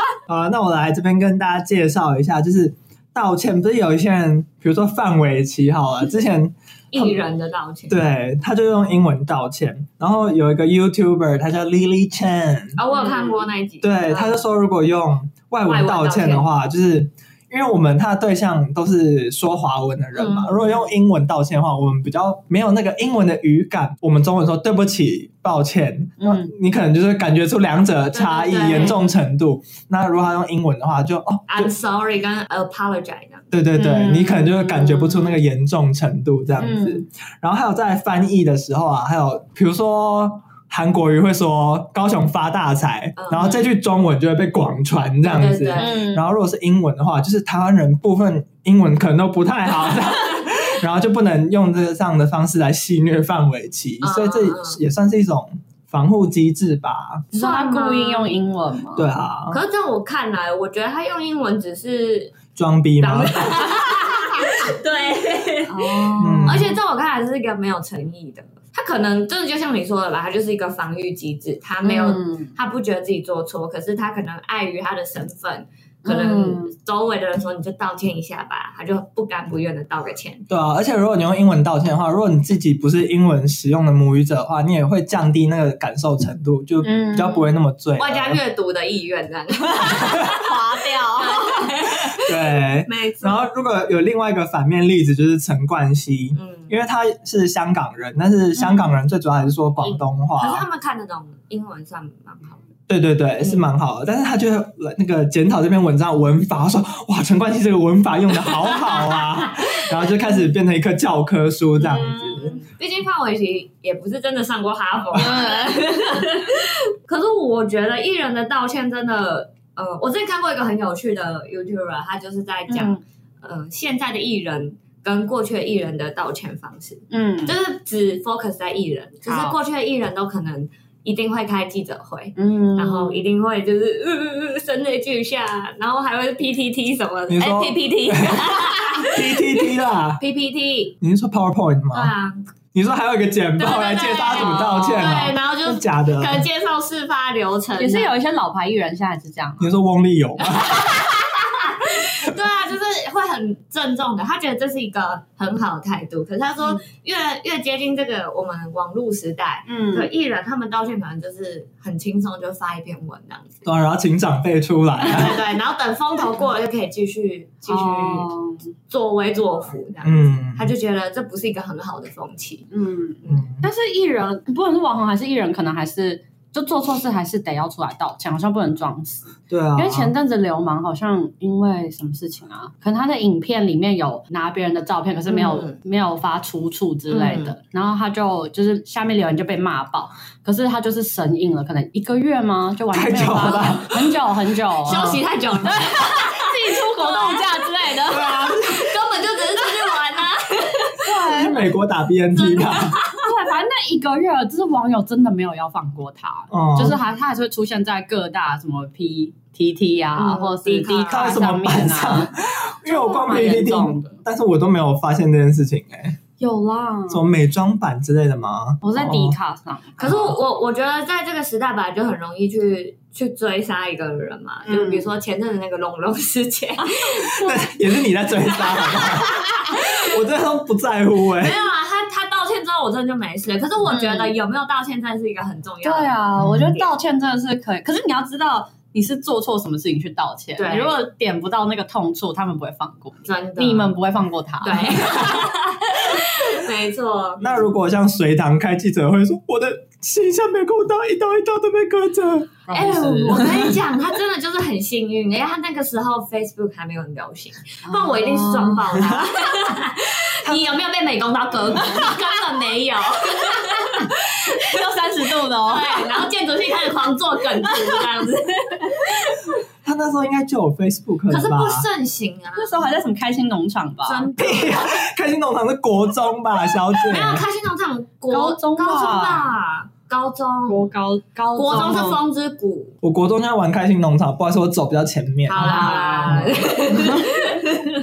Speaker 2: 啊，那我来这边跟大家介绍一下，就是道歉，不是有一些人，比如说范玮琪好
Speaker 3: <laughs>
Speaker 2: 了，之前
Speaker 4: 艺人的道歉。
Speaker 2: 对他就用英文道歉，然后有一个 YouTuber，他叫 Lily Chen，
Speaker 4: 啊，我有看过那一集。呃
Speaker 2: 对，他就说如果用外文道歉的话，就是。因为我们他的对象都是说华文的人嘛，
Speaker 4: 嗯
Speaker 2: 如果用英文道歉的话，我们比较没有那个英文的语感。我们中文说对不起、抱歉，
Speaker 3: 嗯，
Speaker 2: 你可能就是感觉出两者的差异
Speaker 4: 对对对
Speaker 2: 严重程度。那如果他用英文的话，就哦，就
Speaker 4: I'm sorry，跟 apologize 这样
Speaker 2: 对对对，
Speaker 3: 嗯
Speaker 2: 你可能就会感觉不出那个严重程度这样子。
Speaker 4: 嗯
Speaker 2: 然后还有在翻译的时候啊，还有比如说韩国瑜会说“高雄发大财”，
Speaker 4: 嗯
Speaker 2: 然后这句中文就会被广传这样子。
Speaker 4: 对对对
Speaker 3: 嗯
Speaker 2: 然后如果是英文的话，就是台湾人部分英文可能都不太
Speaker 4: <laughs>
Speaker 2: 好，这样然后就不能用这样的方式来戏谑范玮琪，
Speaker 4: 嗯
Speaker 2: 所以这
Speaker 4: 嗯嗯
Speaker 2: 也算是一种防护机制吧。
Speaker 3: 你说他故意用英文吗？
Speaker 2: 对啊，
Speaker 4: 可是在我看来，我觉得他用英文只是
Speaker 2: 装逼嘛，
Speaker 4: 对，
Speaker 3: 哦，
Speaker 4: 而且在我看来是一个没有诚意的。他可能真的就像你说的吧，他就是一个防御机制，他没有
Speaker 3: 嗯
Speaker 4: 他不觉得自己做错，可是他可能碍于他的身份，可能周围的人说你就道歉一下吧，他就不甘不愿的道个歉。
Speaker 2: 对啊，而且如果你用英文道歉的话，如果你自己不是英文使用的母语者的话，你也会降低那个感受程度，就比较不会那么醉。啊
Speaker 4: 外加阅读的意愿，这样划掉，
Speaker 2: 对。
Speaker 4: 没
Speaker 2: 然，后如果有另外一个反面例子，就是陈冠希，
Speaker 4: 嗯，
Speaker 2: 因为他是香港人，但是香港人最主要还是说广东
Speaker 4: 可是
Speaker 2: 话，
Speaker 4: 他们看得懂英文算蛮好的，
Speaker 2: 对对对，是蛮好的。但是他就会那个检讨这篇文章的文法，他说哇，陈冠希这个文法用的好好啊，然后就开始变成一个教科书这样子。
Speaker 4: <laughs> 毕竟范玮琪也不是真的上过哈佛。 <laughs> 可是我觉得艺人的道歉真的，呃，我之前看过一个很有趣的 YouTuber，他就是在讲，
Speaker 3: 嗯
Speaker 4: 呃，现在的艺人跟过去的艺人的道歉方式。
Speaker 3: 嗯
Speaker 4: 就是只 focus 在艺人，就是
Speaker 3: 好
Speaker 4: 过去的艺人都可能一定会开记者会，
Speaker 3: 嗯
Speaker 4: 然后一定会就是呃呃呃声泪俱下，然后还会 PTT 什么的，
Speaker 2: 你
Speaker 4: 哎
Speaker 2: 说 <laughs>
Speaker 4: <laughs>
Speaker 2: 啊
Speaker 4: PPT
Speaker 2: PPT 啦，
Speaker 4: PPT，
Speaker 2: 你是说 PowerPoint
Speaker 4: 对
Speaker 2: 吗？
Speaker 4: 啊，
Speaker 2: 你说还有一个简
Speaker 4: 对对
Speaker 2: 报
Speaker 4: 对
Speaker 2: 来介绍他怎么道歉
Speaker 4: 对，
Speaker 2: 啊？
Speaker 4: 然后就
Speaker 2: 真的假
Speaker 3: <laughs>
Speaker 2: 的
Speaker 4: 可？能介绍事发流程啊，
Speaker 3: 也是有一些老牌艺人现在是这样啊，
Speaker 2: 你说翁立友吗？
Speaker 4: <laughs> 对啊，就是会很郑重的，他觉得这是一个很好的态度，可是他说
Speaker 3: 嗯
Speaker 4: 越越接近这个我们网络时代。对
Speaker 3: 嗯，
Speaker 4: 艺人，他们道歉可能就是很轻松，就发一篇文这样子。
Speaker 2: 对啊，然后请长辈出
Speaker 3: 嗯
Speaker 2: 来。啊
Speaker 4: 对对，然后等风头过了就可以继续继续
Speaker 3: 哦
Speaker 4: 作威作福这样。
Speaker 2: 嗯，
Speaker 4: 他就觉得这不是一个很好的风气，
Speaker 3: 嗯。
Speaker 2: 嗯，
Speaker 3: 但是艺人，不管是网红还是艺人，可能还是就做错事还是得要出来道歉，好像不能装死。
Speaker 2: 对啊，
Speaker 3: 因为前阵子流氓好像因为什么事情啊，可能他的影片里面有拿别人的照片，可是没有、
Speaker 4: 嗯
Speaker 3: 没有发出处之类
Speaker 2: 嗯
Speaker 3: 的，然后他就就是下面留言就被骂爆，可是他就是神隐了，可能一个月吗？就完全没有
Speaker 2: 太
Speaker 3: 发
Speaker 2: 久了
Speaker 3: <laughs> 很久很久，
Speaker 4: 休息
Speaker 3: <laughs>
Speaker 4: 太久了，
Speaker 3: 自己出国度假之类的，
Speaker 2: 对啊，
Speaker 4: 根本就只是出去玩啊。
Speaker 2: 这是美国打 BNT
Speaker 4: <laughs>
Speaker 2: 吧？
Speaker 3: 对，反正那一个月，就是网友真的没有要放过他，
Speaker 2: 哦
Speaker 3: 就是还他还是会出现在各大什么 P T T 啊，
Speaker 4: 嗯
Speaker 3: 或是
Speaker 4: D 卡
Speaker 3: D
Speaker 2: 到
Speaker 3: 卡
Speaker 2: 底什么
Speaker 3: 上面
Speaker 2: 班上
Speaker 3: 啊，？
Speaker 2: 因为我逛
Speaker 3: 蛮严重
Speaker 2: PPT，
Speaker 3: 的。
Speaker 2: 但是我都没有发现这件事情哎，
Speaker 4: 嗯
Speaker 3: 有啦，
Speaker 2: 什么哦美妆版之类的吗？
Speaker 3: 我在 D 卡上，
Speaker 4: 可是我我我觉得在这个时代本来就很容易去去追杀一个人嘛，
Speaker 3: 嗯
Speaker 4: 就比如说前阵子那个龙龙事 <laughs> 件，
Speaker 2: 那哦 <laughs> 也是你在追杀好不好， <laughs> 我真的不在乎
Speaker 4: 没
Speaker 2: 哎。
Speaker 4: 有啊，他他道歉之后我真的就没事了。可是我觉得
Speaker 3: 嗯
Speaker 4: 有没有道歉真的是一个很重
Speaker 3: 对
Speaker 4: 要的。
Speaker 3: 啊，
Speaker 2: 嗯
Speaker 3: 我觉得道歉真的是可以，可是你要知道你是做错什么事情去道歉，
Speaker 4: 对
Speaker 3: 你如果点不到那个痛处，他们不会放过你，
Speaker 4: 真的，
Speaker 3: 你们不会放过 <laughs>
Speaker 4: <laughs>
Speaker 3: 他，，
Speaker 4: 对，没错，
Speaker 2: 那如果像隋唐开记者会说，我的形象被勾到，一刀一刀都被割着，
Speaker 4: 哎、
Speaker 3: 是
Speaker 4: 我跟你讲，他真的就是很幸运，因为他那个时候 Facebook 还没有很流行，不然我一定是撞爆 <laughs> 他。你有没有被美工刀 <laughs> 割过？根本没有。
Speaker 3: 要三十度的哦，
Speaker 4: 对，然后建筑系开始狂做梗图这样子，
Speaker 2: 他那时候应该就有 Facebook
Speaker 4: 可
Speaker 2: 了
Speaker 4: 是
Speaker 2: 吧？
Speaker 4: 不盛行啊。
Speaker 3: 那时候还在什么开心农场吧，
Speaker 4: 真的
Speaker 2: 屁啊！开心农场是国中吧，小姐
Speaker 4: 没。有开心农场国
Speaker 3: 高中吧
Speaker 4: 高中吧，高中
Speaker 3: 国高高
Speaker 4: 国中是
Speaker 3: 哦
Speaker 4: 风之谷。
Speaker 2: 我国中在玩开心农场，不好意思，我走比较前面。
Speaker 4: 好啦好啦，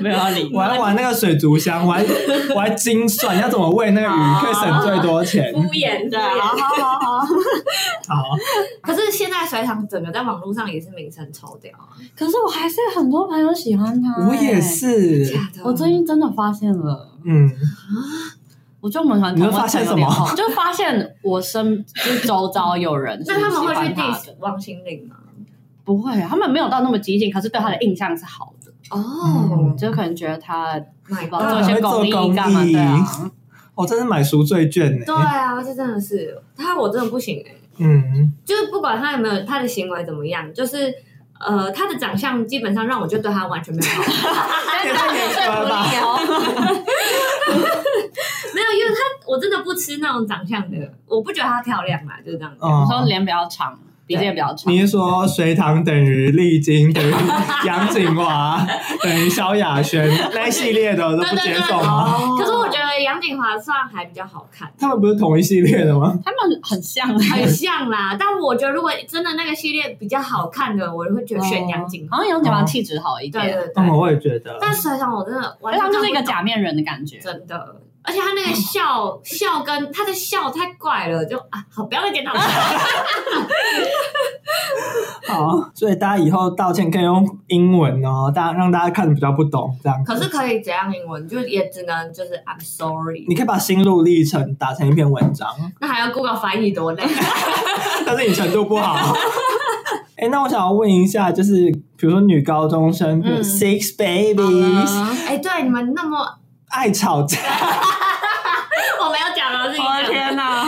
Speaker 5: 没有要啊理
Speaker 2: 我还玩那个水族箱，我 <laughs> 还我还精算要怎么喂那个鱼可以省最多钱。
Speaker 4: 敷衍的，好好好好。
Speaker 2: 好，
Speaker 4: 可是现在水塘整个在网络上也是名声抽掉啊，
Speaker 3: 可是我还是很多朋友喜欢他、哎
Speaker 2: 我也，是，
Speaker 4: 的
Speaker 3: 我最近真的发现了。
Speaker 2: 嗯，
Speaker 3: 我就蛮喜欢
Speaker 2: 你
Speaker 3: 台
Speaker 2: 会
Speaker 3: 湾
Speaker 2: 发现
Speaker 3: 朋友
Speaker 2: 什么
Speaker 3: 脸红就发现我身就是周遭有 <laughs> 人是
Speaker 4: 那他们
Speaker 3: 喜
Speaker 4: 会去
Speaker 3: 欢他的
Speaker 4: diss 王心凌吗？
Speaker 3: 不会，啊他们没有到那么激进，可是对他的印象是好的，
Speaker 4: 哦
Speaker 3: 就可能觉得他不
Speaker 4: ，My
Speaker 3: 知道做一
Speaker 4: God！
Speaker 3: 些公益干嘛
Speaker 2: 很会做公益
Speaker 3: 对啊，
Speaker 2: 我真是买赎罪券呢
Speaker 4: 对。啊，这真的是他，我真的不行哎、
Speaker 2: 嗯，
Speaker 4: 就是不管他有没有他的行为怎么样，就是呃，他的长相基本上让我就对他完全没有好感， <laughs>
Speaker 2: 哎也太严
Speaker 4: 啊
Speaker 2: 格了吧？
Speaker 4: <laughs> 没有，因为他我真的不吃那种长相的，我不觉得她漂亮啦，就是这样子。
Speaker 3: 我说
Speaker 2: 哦，
Speaker 3: 脸比较长，鼻子也比较长
Speaker 2: 你。是说隋唐等于丽晶等于杨景华 <laughs> 等于萧亚轩那一系列的我都
Speaker 4: 对
Speaker 2: 不
Speaker 4: 对
Speaker 2: 接
Speaker 4: 对，
Speaker 2: 受吗？
Speaker 4: 可是我觉得杨景华算还比较好看，
Speaker 2: 他们不是同一系列的 <laughs> 吗？
Speaker 3: 他们很像，
Speaker 4: 很像啦。但我觉得如果真的那个系列比较好看的，我会觉得
Speaker 3: 哦
Speaker 4: 选杨景华。
Speaker 3: 好像杨景华气质好一
Speaker 4: 对
Speaker 3: 点，
Speaker 4: 对
Speaker 2: 嗯，
Speaker 4: 对，
Speaker 2: 我也觉得。
Speaker 4: 但水上我真的
Speaker 3: 因
Speaker 4: 完
Speaker 3: 为
Speaker 4: 全
Speaker 3: 他就是一个
Speaker 4: 看不懂
Speaker 3: 假面人的感觉。
Speaker 4: 真的。而且他那个笑笑跟他的笑太怪了，就啊，好，不要再检讨他。
Speaker 2: 好，所以大家以后道歉可以用英文哦，大家让大家看的比较不懂这样。
Speaker 4: 可是可以怎样英文，就也只能就是 I'm sorry。
Speaker 2: 你可以把心路历程打成一篇文章，
Speaker 4: 那还要 Google 翻译多累？
Speaker 2: <laughs> 但是你程度不 <laughs> 好。哎、那我想要问一下，就是比如说女高中生、
Speaker 4: 嗯
Speaker 2: Six Babies
Speaker 4: 哎，对，你们那么
Speaker 2: 爱吵架，
Speaker 4: 我没有讲了，是你
Speaker 3: 我的
Speaker 4: 讲的
Speaker 3: 天哪！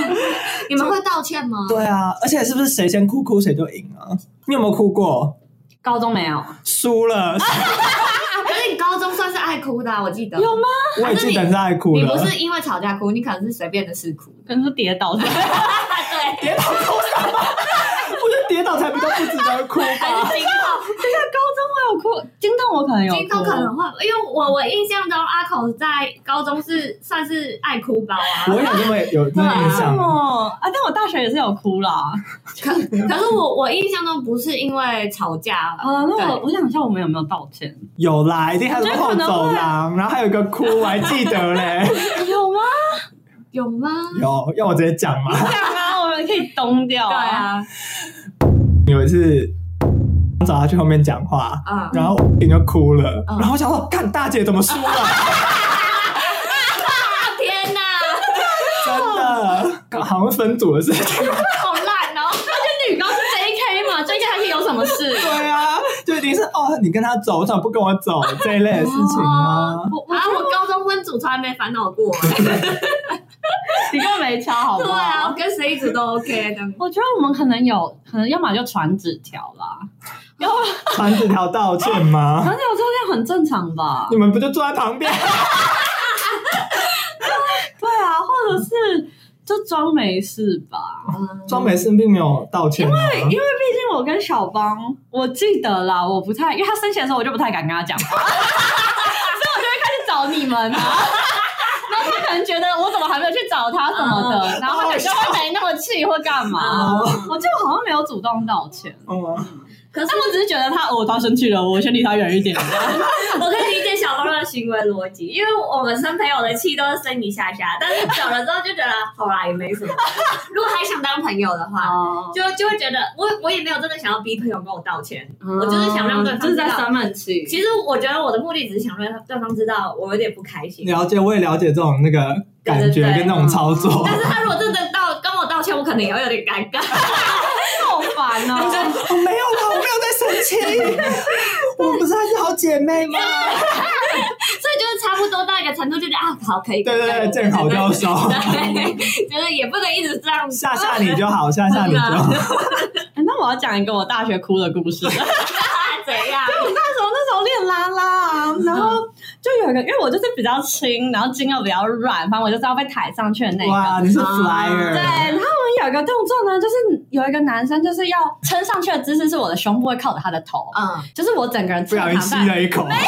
Speaker 4: 你们会道歉吗？
Speaker 2: 对啊，而且是不是谁先哭哭谁就赢啊？你有没有哭过？
Speaker 3: <laughs> 高中没有，
Speaker 2: 输
Speaker 4: <laughs>
Speaker 2: 了，
Speaker 4: 啊可是你高中算是爱哭的啊、我记得
Speaker 3: 有吗？
Speaker 2: 我也记得你是爱哭
Speaker 4: 你
Speaker 2: 的。
Speaker 4: 不是因为吵架哭，你可能是随便的事哭。
Speaker 3: 可能是跌倒的。
Speaker 4: 对，
Speaker 2: 跌倒哭什么？ <laughs> 我觉得跌倒才比较不值得哭吧。
Speaker 4: 还是惊动，
Speaker 3: 我有哭，金动我可能有哭，
Speaker 4: 惊动可能会，因为我我印象中阿口在高中是算是爱哭包啊。
Speaker 2: 我有这么有这么印
Speaker 3: 为什
Speaker 2: 象，
Speaker 3: 么啊？但我大学也是有哭啦。
Speaker 4: 可可是我我印象中不是因为吵架，
Speaker 3: 啊，那
Speaker 4: 对
Speaker 3: 我我想一下，我们有没有道歉？
Speaker 2: 有啦，一定还有什么后走廊，然后还有一个哭，我还记得嘞。 <laughs>
Speaker 3: 有吗？
Speaker 4: 有吗？
Speaker 2: 有，要我直接讲吗？
Speaker 3: 讲啊， <laughs> 我们可以东掉。
Speaker 4: 对，啊，
Speaker 2: 有一次找他去后面讲话，
Speaker 4: 嗯，
Speaker 2: 然后你就哭了，
Speaker 4: 嗯
Speaker 2: 然后我想说，看大姐怎么输 <laughs> 了，
Speaker 4: 啊天哪，
Speaker 2: 真的，好像分组的事情。
Speaker 4: 好烂哦！
Speaker 3: 女高是 JK 嘛，JK 还可以有什么事？
Speaker 2: 对啊，就一定是哦，你跟他走，为什么不跟我走这一类的事情啊。
Speaker 3: 我我
Speaker 4: 啊，我高中分组从来没烦恼过，
Speaker 3: 你根本没敲，好不
Speaker 4: 对啊，
Speaker 3: 好
Speaker 4: 我？跟谁一组都 OK 的。
Speaker 3: 我觉得我们可能有，可能要么就传纸条啦，
Speaker 2: 传纸条道歉吗
Speaker 3: 传？纸条这样很正常吧
Speaker 2: 你？们不就坐在旁边？
Speaker 3: 对啊，或者是就装没事吧。
Speaker 4: 嗯
Speaker 2: 庄美是并没有道歉吗，因为
Speaker 3: 毕竟我跟小邦，我记得啦，我不太，因为他生气的时候我就不太敢跟他讲话， <laughs> 所以我就会开始找你们啊。然后他可能觉得我怎么还没有去找他什么的，
Speaker 4: 嗯
Speaker 3: 然后他可能就会没那么气或干嘛。我就好像没有主动道歉，
Speaker 2: 嗯，
Speaker 3: 可是我只是觉得他哦，他生气了，我先离他远一
Speaker 4: <laughs>
Speaker 3: 点。
Speaker 4: 我可以理解小光的行为逻辑，因为我们生朋友的气都是生一下下，但是久了之后就觉得好啦，也没什么。如果还想当朋友的话，
Speaker 3: 哦，
Speaker 4: 就就会觉得我我也没有真的想要逼朋友跟我道歉。
Speaker 3: 我
Speaker 4: 就是想让对方
Speaker 3: 嗯就是在
Speaker 4: 知道
Speaker 3: 生闷气。
Speaker 4: 其实我觉得我的目的只是想让对方知道我有点不开心。
Speaker 2: 了解，我也了解这种那个感觉
Speaker 4: 对对对
Speaker 2: 跟那种操作。
Speaker 4: 但是他如果真的道跟我道歉，我可能也会有点尴尬。
Speaker 3: 好烦哦！
Speaker 2: 我没有啦，我没有在生气，我们不是还是好姐妹吗？
Speaker 4: 所以就是差不多到一个程度，就觉得啊，好，可以，
Speaker 2: 对对
Speaker 4: 可
Speaker 2: 对，
Speaker 4: 以
Speaker 2: 见好就收，
Speaker 4: <laughs> 对，觉得也不能一直这样
Speaker 2: <laughs> 吓吓
Speaker 4: <laughs>
Speaker 2: 你就好，吓吓你就好。
Speaker 3: 哎那我要讲一个我大学哭的故事。 <laughs>
Speaker 4: 啊怎样？
Speaker 3: 那时候那时候练拉拉啊，然后
Speaker 2: 嗯
Speaker 3: 就有一个，因为我就是比较轻，然后筋又比较软，反正我就是要被抬上去的 <laughs> 那一个。嗯
Speaker 2: 哇，你
Speaker 4: <laughs> 嗯
Speaker 2: 是
Speaker 3: 对，
Speaker 2: flyer，
Speaker 3: 然后我们有一个动作呢，就是有一个男生就是要撑上去的姿势，是我的胸部会靠着他的头，
Speaker 4: 嗯，
Speaker 3: 就是我整个人
Speaker 2: 不小心
Speaker 3: 侧躺
Speaker 2: 吸
Speaker 3: 在
Speaker 2: 了一口，
Speaker 3: 没有，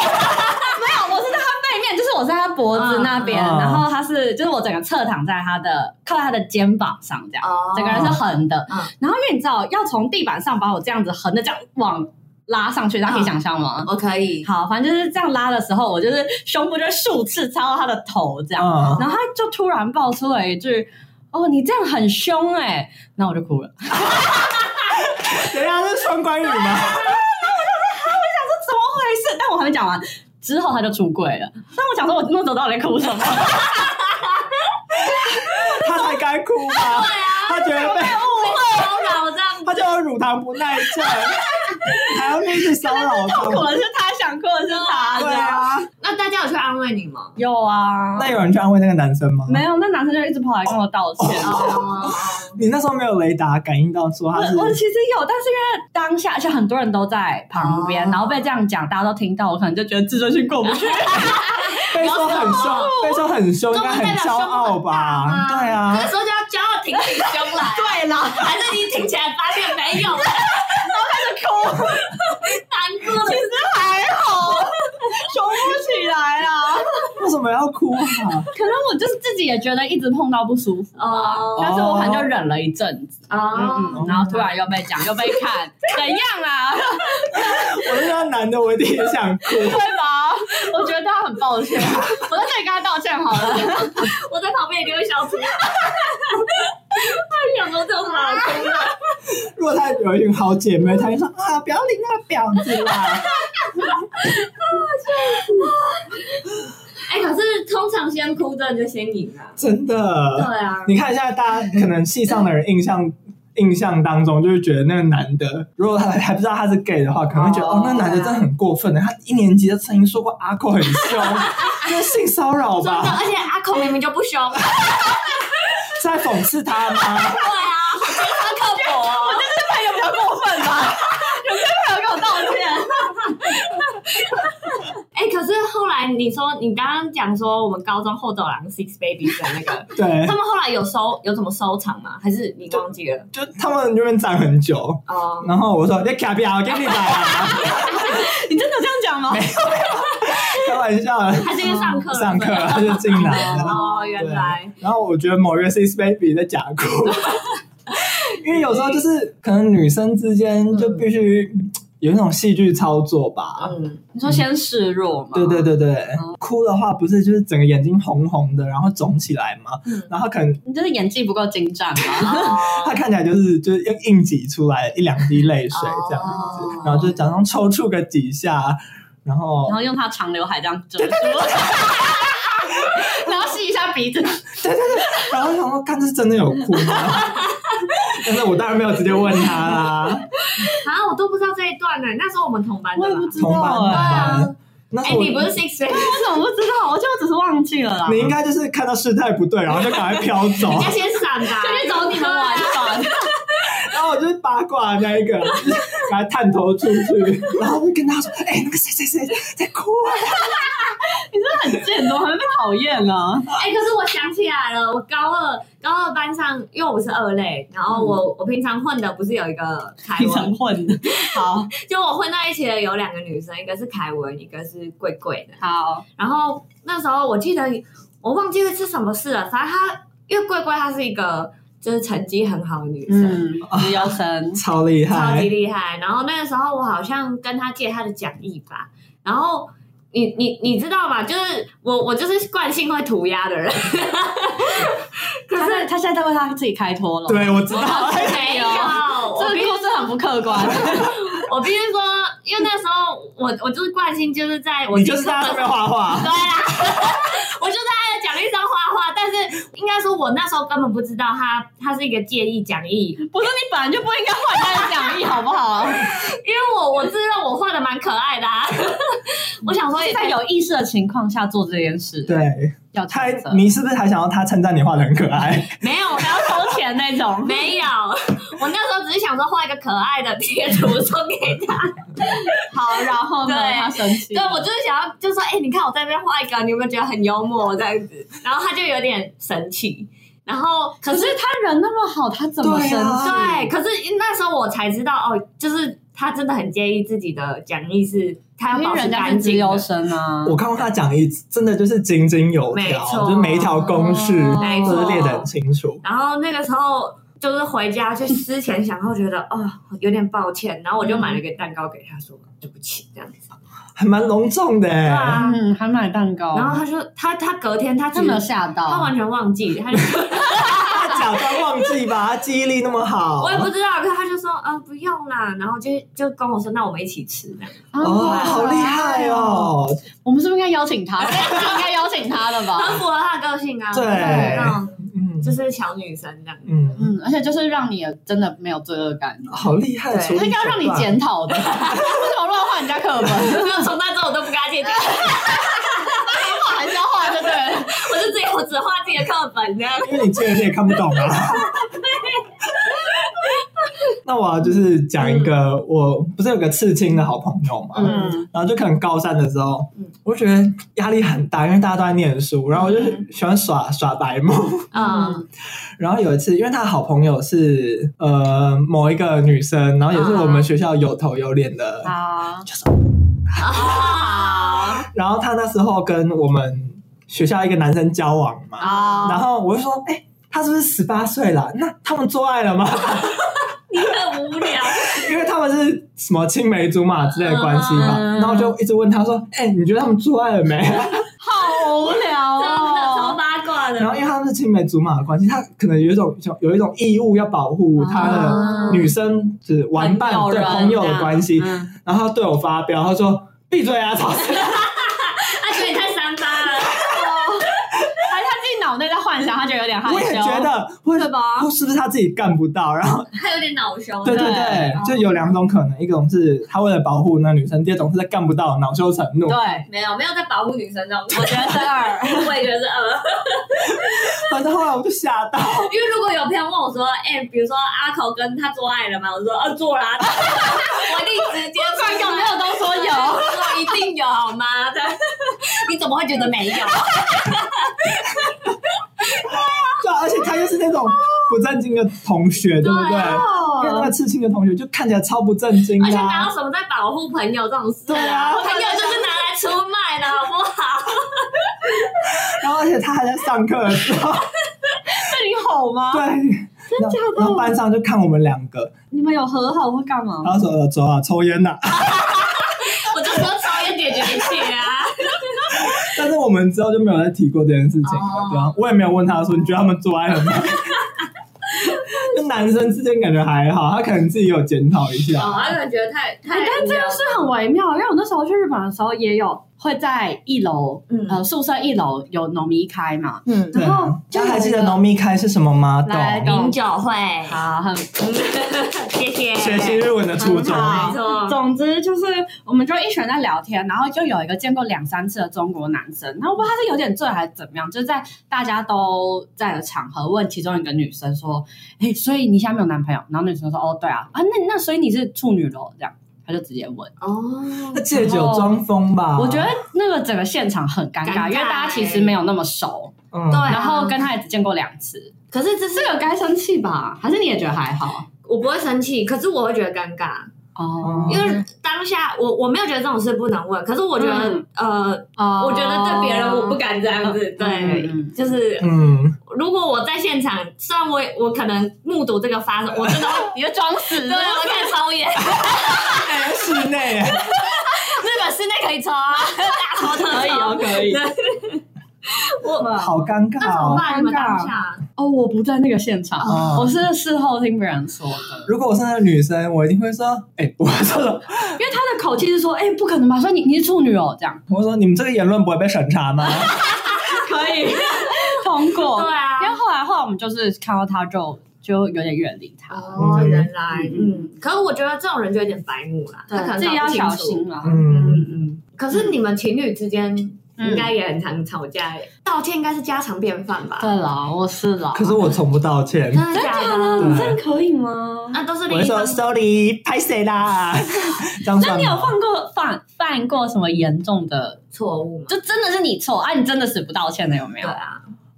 Speaker 3: 我是在他背面，就是我在他脖子那边，
Speaker 2: 嗯嗯
Speaker 3: 然后他是就是我整个侧躺在他的靠在他的肩膀上这样，
Speaker 4: 哦
Speaker 3: 整个人是横的。
Speaker 4: 嗯
Speaker 3: 然后因为你知道要从地板上把我这样子横的这样往。拉上去，大家可以想象吗？
Speaker 4: 我可以，
Speaker 3: 好，反正就是这样拉的时候，我就是胸部就数次插到他的头这样，
Speaker 2: 嗯
Speaker 3: 然后他就突然爆出了一句：“哦，你这样很凶哎、那我就哭了。
Speaker 2: 等一下这是双关语吗？
Speaker 3: 怎么回事？但我还没讲完，之后他就出柜了。但我想说，我那时候到底在哭什么？ <laughs>
Speaker 2: 他才该哭
Speaker 3: 啊
Speaker 2: 吧？他觉得被
Speaker 4: 骚扰这样
Speaker 2: 他就有乳糖不耐
Speaker 3: <laughs>
Speaker 2: 症，还要一直骚扰
Speaker 3: 痛苦
Speaker 2: 他。
Speaker 3: 的是他，想哭的是他。
Speaker 2: 对啊，
Speaker 4: 那大家有去安慰你
Speaker 2: <laughs>
Speaker 4: 吗？
Speaker 3: 有啊，
Speaker 2: 那有人去安慰那个男生吗？
Speaker 3: 没有，那男生就一直跑来跟我道歉。
Speaker 4: 哦，
Speaker 2: 你那时候没有雷达感应到说
Speaker 3: 我
Speaker 2: 他是
Speaker 3: 我其实有，但是因为当下，而且很多人都在旁边，
Speaker 4: 哦
Speaker 3: 然后被这样讲，大家都听到，我可能就觉得自尊心过不去。
Speaker 2: 被说很凶，被说很凶，应该很骄傲
Speaker 4: 哦
Speaker 2: 吧？对啊
Speaker 4: 这，时候就要骄傲挺起胸
Speaker 2: <laughs>
Speaker 4: 来，啊
Speaker 3: 对了，
Speaker 4: 还是你挺起来发现没有，然后开始哭，
Speaker 2: <laughs> 嗯
Speaker 4: 难过了
Speaker 3: 其。实还好， <laughs> 凶不起来啊。
Speaker 2: 为什么要哭啊？
Speaker 3: 可能我就是自己也觉得一直碰到不舒服。
Speaker 4: 哦
Speaker 3: 但是我可能就忍了一阵子，嗯
Speaker 4: 哦，
Speaker 3: 嗯，然后突然又被讲又被看，怎样啊？
Speaker 2: 哦我就说男的，我一定也想哭。
Speaker 3: 对吧？ <laughs> 我觉得他很抱歉，啊我在这里跟他道歉好了。
Speaker 4: 我在旁边一定会笑出来。他想说这有什么好哭的？
Speaker 2: 如果他有一群好姐妹，他就说啊，不要理那个婊子啦。 <laughs>
Speaker 4: 哎，可是通常先哭的就先赢啊。
Speaker 2: 真
Speaker 4: 对
Speaker 2: 的，
Speaker 4: 啊，
Speaker 2: 你看一下大家可能戏上的人印象。 <laughs> 印象当中就是觉得那个男的，如果他还不知道他是 gay 的话，可能会觉得
Speaker 4: 哦
Speaker 2: 哦，那男的真的很过分的。欸他一年级就曾经说过阿寇很凶， <laughs> 这是性骚扰
Speaker 4: 真的，
Speaker 2: 吧？
Speaker 4: 而且阿孔明明就不凶。对
Speaker 2: 是在讽刺他吗？
Speaker 4: 啊，我觉得他刻薄哦。
Speaker 3: 朋友比较过分吧？有些朋友跟我道歉，
Speaker 4: 哎，可是后来你说你刚刚讲说我们高中后走廊 Six Babies 的那个，
Speaker 3: <laughs>
Speaker 2: 对
Speaker 4: 他，们后来有收有怎么收场吗？还是你忘记了？
Speaker 2: 就他们那边站很久，
Speaker 4: 哦，
Speaker 2: 然后我说你卡不要，我给你来
Speaker 4: <laughs>
Speaker 2: 啊，
Speaker 3: <laughs> 你真的有这样讲吗？
Speaker 2: 开玩笑的，
Speaker 4: 还是因为上课了
Speaker 2: 上课他就进来了。
Speaker 4: 哦，原来
Speaker 2: 然后我觉得某一个 Six Baby 在假
Speaker 4: <laughs>
Speaker 2: 哭，因为有时候就是可能女生之间就必须有那种戏剧操作吧。
Speaker 4: 嗯，
Speaker 3: 你说先示弱嘛？
Speaker 2: 对对对对，哭的话不是就是整个眼睛红红的，然后肿起来嘛，
Speaker 4: 嗯
Speaker 2: 然后可能
Speaker 3: 你就是演技不够啊精湛嘛。
Speaker 2: <laughs> 她
Speaker 4: 哦，
Speaker 2: 看起来就是就是硬硬挤出来一两滴泪水这样子，
Speaker 4: 哦
Speaker 2: 然后就假装抽搐个几下，然后
Speaker 3: 然后用他长刘海这样遮住， <laughs> 然后吸一下鼻子，
Speaker 2: 然后想说，看这是真的有哭吗？ <laughs> 但是我当然没有直接问他啦，
Speaker 4: 啊，我都不知道这一段呢。那时候我们同班的
Speaker 3: 我
Speaker 4: 吧，
Speaker 3: 也不知
Speaker 2: 同
Speaker 3: 道
Speaker 2: 班
Speaker 3: 哎，
Speaker 2: 的。啊那
Speaker 4: 哎、
Speaker 2: 时候我
Speaker 4: 你不是 Six Babies，
Speaker 3: 我怎
Speaker 2: <laughs>
Speaker 3: 么不知道？我就只是忘记了啦。
Speaker 2: 你应该就是看到事态不对，然后就赶快飘走。
Speaker 4: 你要先闪吧，
Speaker 3: 就去找你们玩吧。
Speaker 2: 然后我就是八卦那一个，就是赶快探头出去，然后就跟他说：“哎、那个谁谁谁在哭啊
Speaker 3: 很贱，怎么还会被讨厌啊 <laughs> 呢？
Speaker 4: 哎、可是我想起来了，我高二高二班上，因为我是二类，然后我、
Speaker 2: 嗯
Speaker 4: 我平常混的不是有一个凯
Speaker 3: 平常
Speaker 4: 文，
Speaker 3: 混的，好
Speaker 4: 就我混在一起的有两个女生，一个是凯文，一个是贵贵的。
Speaker 3: 好，
Speaker 4: 然后那时候我记得我忘记是什么事了，反正她因为贵贵她是一个就是成绩很好的女生，
Speaker 3: 嗯，资优生！”，
Speaker 2: 超厉
Speaker 4: 超级
Speaker 2: 害，
Speaker 4: 厉害。然后那个时候我好像跟他借他的讲义吧，然后你你你知道吗？就是我我就是惯性会涂鸦的人，可
Speaker 3: 他
Speaker 4: 是
Speaker 3: 在他现在在为他自己开脱了，，
Speaker 2: 对我知道。
Speaker 4: 没有，
Speaker 3: 这
Speaker 4: 我
Speaker 3: 个
Speaker 4: 必
Speaker 3: 故事很不客观。
Speaker 4: 我必须说，因为那时候我我就是惯性就是在我
Speaker 2: 你就是在上面画画
Speaker 4: 对，啦， <laughs> 我就在他的讲义上画画，但是应该说，我那时候根本不知道他他是一个介意讲义，
Speaker 3: 不是你本来就不应该换他的讲义，好不 <laughs> 好？
Speaker 4: 因为我我自认我画的蛮可爱的、啊， <laughs> 我想说哎
Speaker 3: 所以在有意识的情况下做这件事，，
Speaker 2: 对，
Speaker 3: 要
Speaker 2: 他
Speaker 3: 谴责，
Speaker 2: 你是不是还想要他称赞你画的很可爱？ <laughs>
Speaker 4: 没有
Speaker 3: 还要收钱那 <laughs> 种。
Speaker 4: 没有，我那时候只是想说画一个可爱的贴图送给他。
Speaker 3: 好，然后呢，
Speaker 4: 对
Speaker 3: 他生气，
Speaker 4: 对，我就是想要，就说，哎、你看我在那边画一个，你有没有觉得很幽默这样子？然后他就有点生气，然后可
Speaker 3: 可是
Speaker 4: 是
Speaker 3: 他人那么好，他怎么生
Speaker 2: 对啊
Speaker 3: 气？
Speaker 4: 对，可是那时候我才知道，哦，就是他真的很介意自己的讲义是，他要
Speaker 3: 因
Speaker 4: 保
Speaker 3: 为
Speaker 4: 持
Speaker 3: 人家
Speaker 4: 干
Speaker 3: 是资
Speaker 4: 净的。
Speaker 3: 优生啊，
Speaker 2: 我看过他讲义，真的就是井井有
Speaker 4: 没
Speaker 2: 条，
Speaker 4: 错
Speaker 2: 就是每一条公式
Speaker 3: 哦
Speaker 4: 没
Speaker 2: 都
Speaker 4: 错
Speaker 2: 是列得很清楚。
Speaker 4: 然后那个时候就是回家去思前想后，觉得哦有点抱歉，然后我就买了一个蛋糕给他说对不起这样子。
Speaker 2: 还蛮隆重的欸、
Speaker 4: 对啊
Speaker 3: 嗯，还买蛋糕，
Speaker 4: 然后他说他他隔天他
Speaker 3: 他
Speaker 4: 其
Speaker 3: 没有
Speaker 4: 实
Speaker 3: 吓到，
Speaker 4: 他完全忘记，他就
Speaker 2: 他假装忘记吧，他记忆力那么好
Speaker 4: 我也不知
Speaker 2: 哦
Speaker 4: 道，可是他就说嗯、呃不用啦，然后就就跟我说那我们一起吃这样。
Speaker 2: 哦，好厉害！哦！
Speaker 3: 我们是不是应该邀请他？应该邀请他了吧？
Speaker 4: 很符合他的个性啊，
Speaker 2: 对
Speaker 4: 就是那种
Speaker 2: 嗯，
Speaker 4: 就是小女生这样。
Speaker 2: 嗯，
Speaker 3: 嗯，而且就是让你真的没有罪恶感，
Speaker 2: 好厉害的
Speaker 4: 对
Speaker 2: 处理
Speaker 3: 他应该要让你
Speaker 2: 手段
Speaker 3: 检讨的，为 <laughs> 什么乱画人家课本？
Speaker 4: 就 <laughs> 从那之后我都不跟他借钱，
Speaker 3: 画还是要画，对不对？
Speaker 4: <laughs> 我就自己我只画自己的课本这样。
Speaker 2: 因为你见了你也看不懂啊。那我要就是讲一个，我不是有个刺青的好朋友嘛，
Speaker 4: 嗯
Speaker 2: 然后就可能高三的时候，
Speaker 4: 嗯
Speaker 2: 我就觉得压力很大，因为大家都在念书，然后我就喜欢耍耍白目。
Speaker 4: 嗯
Speaker 2: 然后有一次，因为他好朋友是呃某一个女生，然后也是我们学校有头有脸的，
Speaker 3: 啊，
Speaker 4: <laughs> 啊 <laughs>
Speaker 2: 然后他那时候跟我们学校一个男生交往嘛，
Speaker 3: 啊
Speaker 2: 然后我就说，哎、他是不是十八岁了？那他们做爱了吗？ <laughs>
Speaker 4: 你很无聊，
Speaker 2: 因为他们是什么青梅竹马之类的关系嘛，
Speaker 3: 嗯
Speaker 2: 然后我就一直问他说：“哎、你觉得他们做爱了没
Speaker 3: 好无聊
Speaker 4: 真的超
Speaker 3: 哦。
Speaker 4: 八卦？”的。
Speaker 2: 然后因为他们是青梅竹马的关系，他可能有一种有一种义务要保护他的
Speaker 4: 嗯
Speaker 2: 女生，就是玩伴
Speaker 3: 啊朋友
Speaker 2: 对
Speaker 3: 人
Speaker 2: 朋友
Speaker 3: 这
Speaker 2: 的
Speaker 3: 样
Speaker 2: 关系。
Speaker 3: 嗯
Speaker 2: 然后他对我发飙，他说：“闭嘴啊，
Speaker 3: <laughs>
Speaker 2: 吵死了
Speaker 4: 他啊觉得你太三八了，
Speaker 3: 还是他自己脑内在幻想，他觉得有点害羞。
Speaker 2: 我也觉得，或者
Speaker 4: 对吧
Speaker 2: 是不是他自己干不到？然后
Speaker 4: 他有点恼羞。
Speaker 2: 对对
Speaker 3: 哦对
Speaker 2: 对
Speaker 4: 哦，
Speaker 2: 就有两种可能，一种是他为了保护那女生，第二种是他干不到，恼羞成怒。
Speaker 3: 对，
Speaker 4: 没有没有在保护女生的，我
Speaker 3: 我觉得是二。
Speaker 4: <laughs> 我也觉得是呃，
Speaker 2: 反正后来我就吓到，
Speaker 4: 因为如果有朋友问我说，哎、比如说阿口跟他做爱了吗？我说呃、做啦、 <laughs> 我一定直接
Speaker 3: 不管有没有都说有。
Speaker 4: 说一定有好吗？这样 <laughs> 你怎么会觉得没有？
Speaker 2: 对啊，而且他又是那种不正经的同学，对不对？
Speaker 3: 哦
Speaker 2: 因为那个刺青的同学就看起来超不正经
Speaker 4: 而且
Speaker 2: 的、
Speaker 4: 哪
Speaker 2: 啊，
Speaker 4: 有什么在保护朋友这种事
Speaker 2: 对啊
Speaker 4: 朋友就是拿来出卖的，好不好？
Speaker 2: 然后而且他还在上课的时候，
Speaker 3: 对你吼
Speaker 2: <laughs>
Speaker 3: 吗？
Speaker 2: 对，然后然后班上就看我们两个，
Speaker 3: 你们有和好或干嘛？
Speaker 2: 然后说呃走啊， <laughs> 抽烟呐、
Speaker 4: 我就说抽烟解决一切啊！
Speaker 2: 但是我们之后就没有再提过这件事情了
Speaker 4: 哦，
Speaker 2: 对啊，我也没有问他说你觉得他们做爱了吗？ <laughs> 就男生之间感觉还好，他可能自己有检讨一下。
Speaker 3: 啊
Speaker 4: 哦，他可能觉得太太
Speaker 3: 哎，但这
Speaker 4: 无聊
Speaker 3: 个
Speaker 4: 了
Speaker 3: 是很微妙，因为我那时候去日本的时候也有会在一楼，
Speaker 4: 嗯
Speaker 3: 呃，宿舍一楼有农民开嘛，
Speaker 1: 嗯，
Speaker 2: 对
Speaker 3: 然后
Speaker 2: 啊，
Speaker 3: 就
Speaker 2: 大家还
Speaker 3: 有
Speaker 2: 记
Speaker 3: 一
Speaker 2: 得
Speaker 3: 个
Speaker 2: 农密开是什么吗？懂
Speaker 3: 来懂
Speaker 4: 饮酒会，
Speaker 3: 啊，很
Speaker 4: 谢谢。
Speaker 2: 学习日文的初衷
Speaker 3: 很。好
Speaker 4: 没错，
Speaker 3: 总之就是，我们就一群人在聊天，然后就有一个见过两三次的中国男生，然后我不知道他是有点醉还是怎么样，就是在大家都在的场合问其中一个女生说：“哎、所以你现在没有男朋友？”然后女生说：“哦，对啊，啊，那那所以你是处女咯？”这样，他就直接问。
Speaker 4: 哦
Speaker 2: 那借酒装疯吧，
Speaker 3: 我觉得那个整个现场很尴尬，
Speaker 4: 尴尬欸
Speaker 3: 因为大家其实没有那么熟，
Speaker 2: 嗯，
Speaker 4: 对啊
Speaker 3: 然后跟他也只见过两次。
Speaker 4: 可是这是
Speaker 3: 这个该生气吧？还是你也觉得还好？
Speaker 4: <laughs> 我不会生气，可是我会觉得尴尬，
Speaker 3: 哦
Speaker 4: 因为当下我我没有觉得这种事不能问，可是我觉得、
Speaker 3: 嗯
Speaker 4: 呃，
Speaker 3: 哦
Speaker 4: 我觉得对别人我不敢这样子，对，
Speaker 3: 嗯
Speaker 4: 就是
Speaker 2: 嗯，
Speaker 4: 如果我在现场，虽然我我可能目睹这个发生，我真的会，
Speaker 3: 你就装死，
Speaker 4: 对我看抽
Speaker 3: <laughs>
Speaker 4: 烟，
Speaker 2: 室内，
Speaker 4: 日本室内可以抽啊，大抽特抽
Speaker 3: 可以哦，可以。
Speaker 4: 我
Speaker 2: 好尴尬
Speaker 4: 那怎么
Speaker 2: 哦。
Speaker 4: 办？你们当下
Speaker 3: 哦，我不在那个现场，
Speaker 2: 哦
Speaker 3: 我是事后听别人说的，
Speaker 2: 如果我是那个女生，我一定会说，哎、我说了，
Speaker 3: 因为他的口气是说，哎、不可能吧？说你你是处女哦，这样
Speaker 2: 我会说你们这个言论不会被审查吗？
Speaker 3: 可以通过。
Speaker 4: 对啊
Speaker 3: 因为后来后来我们就是看到他就就有点远离他，
Speaker 4: 哦，原来
Speaker 3: 嗯
Speaker 4: 嗯，可是我觉得这种人就有点白目啦，他可能
Speaker 3: 自己
Speaker 4: 搞
Speaker 3: 要
Speaker 4: 不清
Speaker 3: 小
Speaker 4: 楚。
Speaker 3: 心了。
Speaker 2: 嗯，
Speaker 3: 嗯
Speaker 4: 可是你们情侣之间
Speaker 3: 嗯
Speaker 4: 应该也很常吵架耶，道歉应该是家常便饭吧？
Speaker 3: 对啦，我是啦。
Speaker 2: 可是我啊从不道歉，
Speaker 4: 真的
Speaker 3: 真
Speaker 4: 假
Speaker 3: 假
Speaker 4: 的？
Speaker 3: 的，
Speaker 2: 对
Speaker 3: 你真的可以吗？
Speaker 4: 啊那都是
Speaker 2: 我
Speaker 4: 另
Speaker 2: 会
Speaker 4: 一
Speaker 2: 说
Speaker 4: 方
Speaker 2: sorry，拍谁
Speaker 3: <laughs>
Speaker 2: 啦？这样
Speaker 3: 那
Speaker 2: 算
Speaker 3: 你有
Speaker 2: 吗？
Speaker 3: 犯过犯犯过什么严重的？
Speaker 4: 错误嘛？
Speaker 3: 就真的是你错啊？你真的死不道歉的有没
Speaker 4: 对
Speaker 3: 有？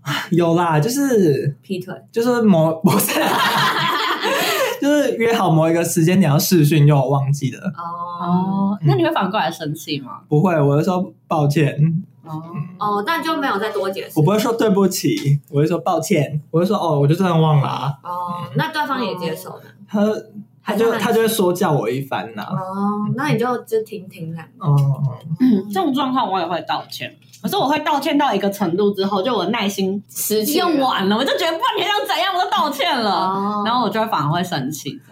Speaker 4: 啊，
Speaker 2: 有啦，就是
Speaker 4: 劈腿。
Speaker 2: 就是某不
Speaker 3: <laughs>
Speaker 2: 是啦，就是约好某一个时间点要试训，又我忘记了。
Speaker 4: 哦
Speaker 3: 哦，那你会反过来生气吗？
Speaker 2: 不会，我就说抱歉，
Speaker 3: 哦，
Speaker 4: 哦，但就没有再多解释
Speaker 2: 我。不会说对不起，我会说抱歉，我会说哦，我就真的忘了、啊。
Speaker 4: 哦，那对方也接受了。哦
Speaker 2: 他他就
Speaker 4: 还是
Speaker 2: 他就会说教我一番呐、
Speaker 4: 哦，那你就就听听看。
Speaker 2: 哦、嗯，
Speaker 3: 嗯，这种状况我也会道歉，可是我会道歉到一个程度之后，就我耐心
Speaker 4: 失去了
Speaker 3: 用完了，我就觉得不管你想怎样，我都道歉了，
Speaker 4: 哦
Speaker 3: 然后我就会反而会生气，这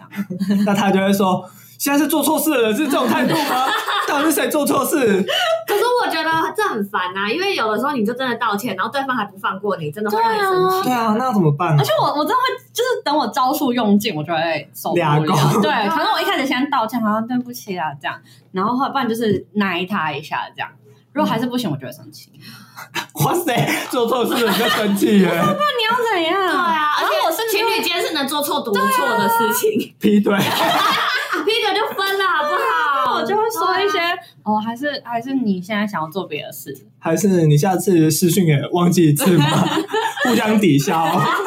Speaker 3: 样。
Speaker 2: 那他就会说，现在是做错事了，是这种态度
Speaker 3: <laughs>
Speaker 2: 吗？到底是谁做错事？
Speaker 4: 可是我觉得这很烦啊，因为有的时候你就真的道歉，然后对方还不放过你，真的会让你生气。
Speaker 2: 对啊，那怎么办
Speaker 3: <laughs> 而？且我我真的会，就是等我招数用尽，我就会受不
Speaker 2: 俩
Speaker 3: 了。
Speaker 2: 狗
Speaker 3: 对，可能我一开始先道歉，好像对不起啊啦这样，然后后来不然就是奶他一下这样。如果还是不行，我就会生 <laughs> 气。
Speaker 2: <laughs> 哇塞，做错事了你就生气耶，
Speaker 3: 你要怎样？
Speaker 4: 对啊，而
Speaker 3: 然后
Speaker 4: 且
Speaker 3: 我是
Speaker 4: 情侣间是能做错多
Speaker 3: 啊
Speaker 4: 错的事情， <laughs> 啊
Speaker 2: 劈腿。
Speaker 4: 劈腿就分了好不好？
Speaker 3: 啊我就会说一些
Speaker 4: 对啊
Speaker 3: 哦，还是还是你现在想要做别的事，
Speaker 2: 还是你下次视讯也忘记一次吗？ <laughs> 互相抵消，啊
Speaker 4: 哦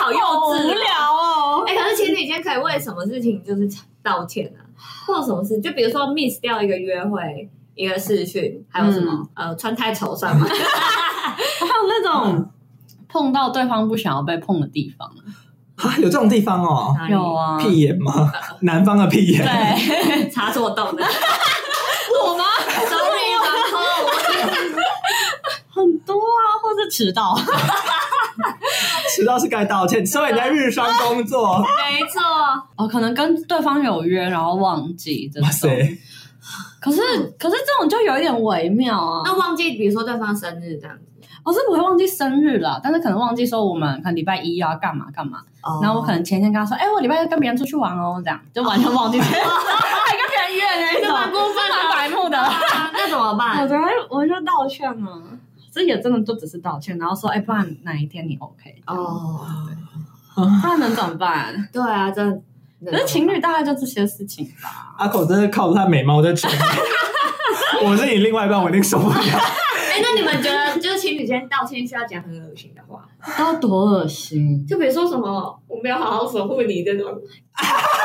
Speaker 4: 好幼
Speaker 3: 好无
Speaker 4: 稚。
Speaker 3: 聊哦。
Speaker 4: 哎，可是情侣间可以为什么事情就是道歉啊？或者什么事？就比如说 miss 掉一个约会。一个视讯，还有什么？
Speaker 3: 嗯
Speaker 4: 呃，穿太丑算吗？ <laughs>
Speaker 3: 还有那种碰到对方不想要被碰的地方，
Speaker 2: 啊，有这种地方哦？
Speaker 4: 哪里
Speaker 3: 有，啊，
Speaker 2: 屁眼吗？南方的屁眼，
Speaker 3: 对， <laughs>
Speaker 4: 插错洞的，
Speaker 3: 我吗？
Speaker 4: 手 <laughs> 里有洞。
Speaker 3: 很多啊，或是迟到，
Speaker 2: 迟到是该道歉，所以你在日商工作，
Speaker 4: 没错，
Speaker 3: <laughs> 哦，可能跟对方有约，然后忘记这
Speaker 2: 哇 <laughs>
Speaker 3: 种。
Speaker 2: 塞，
Speaker 3: 可是，可是这种就有一点微妙啊。
Speaker 4: 那忘记比如说对方生日这样子，
Speaker 3: 我是不会忘记生日啦，但是可能忘记说我们可能礼拜一要干嘛干嘛，然后我可能前一天跟他说，哎、我礼拜一跟别人出去玩哦，这样就完全 <laughs> 忘记，还跟别人约
Speaker 4: 这
Speaker 3: 呢，
Speaker 4: 蛮过分的
Speaker 3: 蛮白目的。
Speaker 4: 啊那怎么
Speaker 3: <laughs> 我
Speaker 4: 办？
Speaker 3: 觉得我就道歉啊，这也真的就只是道歉，然后说，哎、不然哪一天你 OK，
Speaker 4: 哦，
Speaker 3: 那能怎么办？
Speaker 4: 对啊，真的。
Speaker 3: <laughs> 可是情侣大概就这些事情吧。
Speaker 2: 阿口真的靠着他美貌在吃。 <laughs> 我是你另外一半，我一定受不了。
Speaker 4: 哎，那你们觉得就是情侣间道歉需要讲很恶心的话？
Speaker 3: 要多恶心！
Speaker 4: 就比如说什么我没有好好守护你这种，
Speaker 3: <laughs>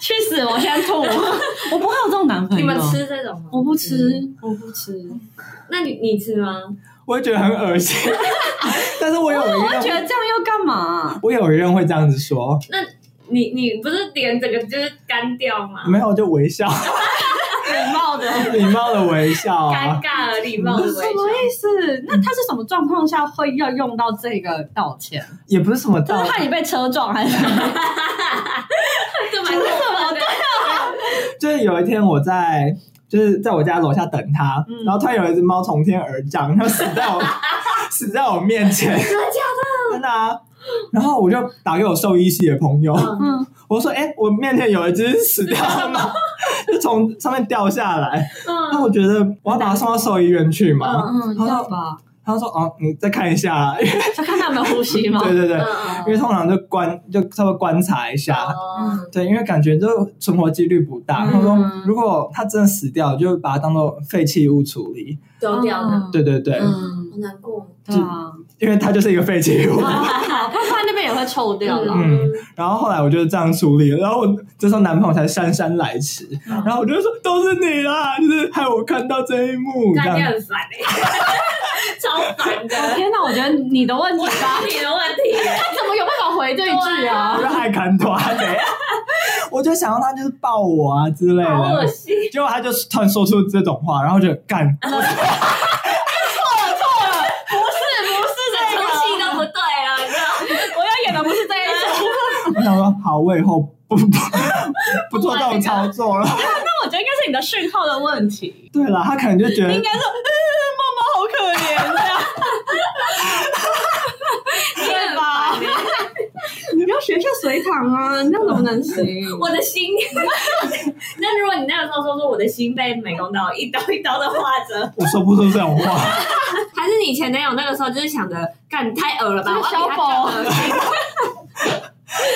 Speaker 3: 去死！我先 <laughs> 吐！我不会有这种男朋友。
Speaker 4: 你们吃这种吗？
Speaker 3: 哎我不吃，我不吃。
Speaker 4: 那你你吃吗？
Speaker 2: 我会觉得很恶心，但是我有一
Speaker 3: 我会
Speaker 2: 任
Speaker 3: <laughs> 觉，得这样又干嘛、
Speaker 2: 我有一任会这样子说，
Speaker 4: 你你不是点这个就是干掉吗？
Speaker 2: 没有就微笑， <laughs>
Speaker 3: 礼貌的。
Speaker 2: 礼貌的微笑
Speaker 4: 尴
Speaker 2: 啊。
Speaker 4: 尬而礼貌的微
Speaker 3: 什么
Speaker 4: 笑。
Speaker 3: 意思？那他是什么状况下会要用到这个道歉？
Speaker 2: 也不是什么
Speaker 3: 就
Speaker 2: 道
Speaker 3: 是
Speaker 2: 理，
Speaker 3: 怕你被车撞还是什么？
Speaker 4: 这蛮过分的，
Speaker 2: 就是有一天我在就是在我家楼下等他，
Speaker 3: 嗯
Speaker 2: 然后突然有一只猫从天而降，它死
Speaker 4: <laughs>
Speaker 2: 在我死在我面前，
Speaker 4: 真的假
Speaker 2: 真的啊。然后我就打给我兽医系的朋友，
Speaker 4: 的？嗯
Speaker 3: 嗯，
Speaker 2: 我说：“哎、我面前有一只死掉的
Speaker 4: <laughs>
Speaker 2: 猫，就从上面掉下来。那
Speaker 4: 嗯，
Speaker 2: 我觉得我要把它送到兽医院去嘛。<laughs>
Speaker 3: 嗯
Speaker 2: 好
Speaker 3: 要吧？
Speaker 2: 他说：“哦，你再看一下啦。因为
Speaker 3: 就看他有没有呼吸吗？
Speaker 2: 对对对，
Speaker 4: 嗯
Speaker 2: 因为通常就观就稍微观察一下。
Speaker 4: 哦
Speaker 2: 对，因为感觉就存活几率不大。
Speaker 4: 嗯
Speaker 2: 他说，如果它真的死掉，就把它当做废弃物处理。
Speaker 4: 丢掉的，
Speaker 2: 对对对，
Speaker 3: 嗯，
Speaker 4: 好难过。
Speaker 3: 对啊，
Speaker 2: 因为它就是一个废弃物。
Speaker 4: 嗯
Speaker 3: 怕怕那边也会臭掉
Speaker 2: <laughs>
Speaker 3: 了。
Speaker 2: 嗯然后后来我就是这样处理，然后我这时候男朋友才姗姗来迟，
Speaker 4: 嗯
Speaker 2: 然后我就说都是你啦，就是害我看到这一幕。这
Speaker 4: 感觉
Speaker 2: 样
Speaker 4: 很烦 <laughs> 哎、超烦的，
Speaker 3: 嗯哦天哪，我觉得你的问题吧，
Speaker 4: 你的问题、欸。
Speaker 3: 他怎么有办法 <laughs> 回这一句
Speaker 4: 对
Speaker 3: 啊 <laughs>
Speaker 2: 我？就爱砍
Speaker 4: <laughs>
Speaker 2: 头啊，怎样？我就想让他就是抱我啊之类
Speaker 4: 好恶
Speaker 2: 的，
Speaker 4: 心！
Speaker 2: 结果他就突然说出这种话，然后就
Speaker 4: <laughs>
Speaker 2: 干，
Speaker 3: 不是不是
Speaker 4: 这出戏都不对啊了，你知道吗？
Speaker 3: 我要演的不是这一种。
Speaker 2: 我想说好，我以后不不不做这种操作了。
Speaker 3: 那我觉得应该是你的讯号的问题，
Speaker 2: 对啦，他可能就觉得
Speaker 3: 应该是呃妈妈好可怜这样。 <laughs>
Speaker 4: 对吧？
Speaker 3: 你不要学下隋唐啊，那怎么能 <laughs> 行？
Speaker 4: 我的心，那如果你那个时候说说我的心被美工刀一刀一刀的划着，
Speaker 2: 我说不出这种话， <laughs>
Speaker 4: 还是你前男友那个时候就是想着，干你太恶了吧，
Speaker 3: 这
Speaker 4: 我
Speaker 3: 个
Speaker 4: 要比他更恶心。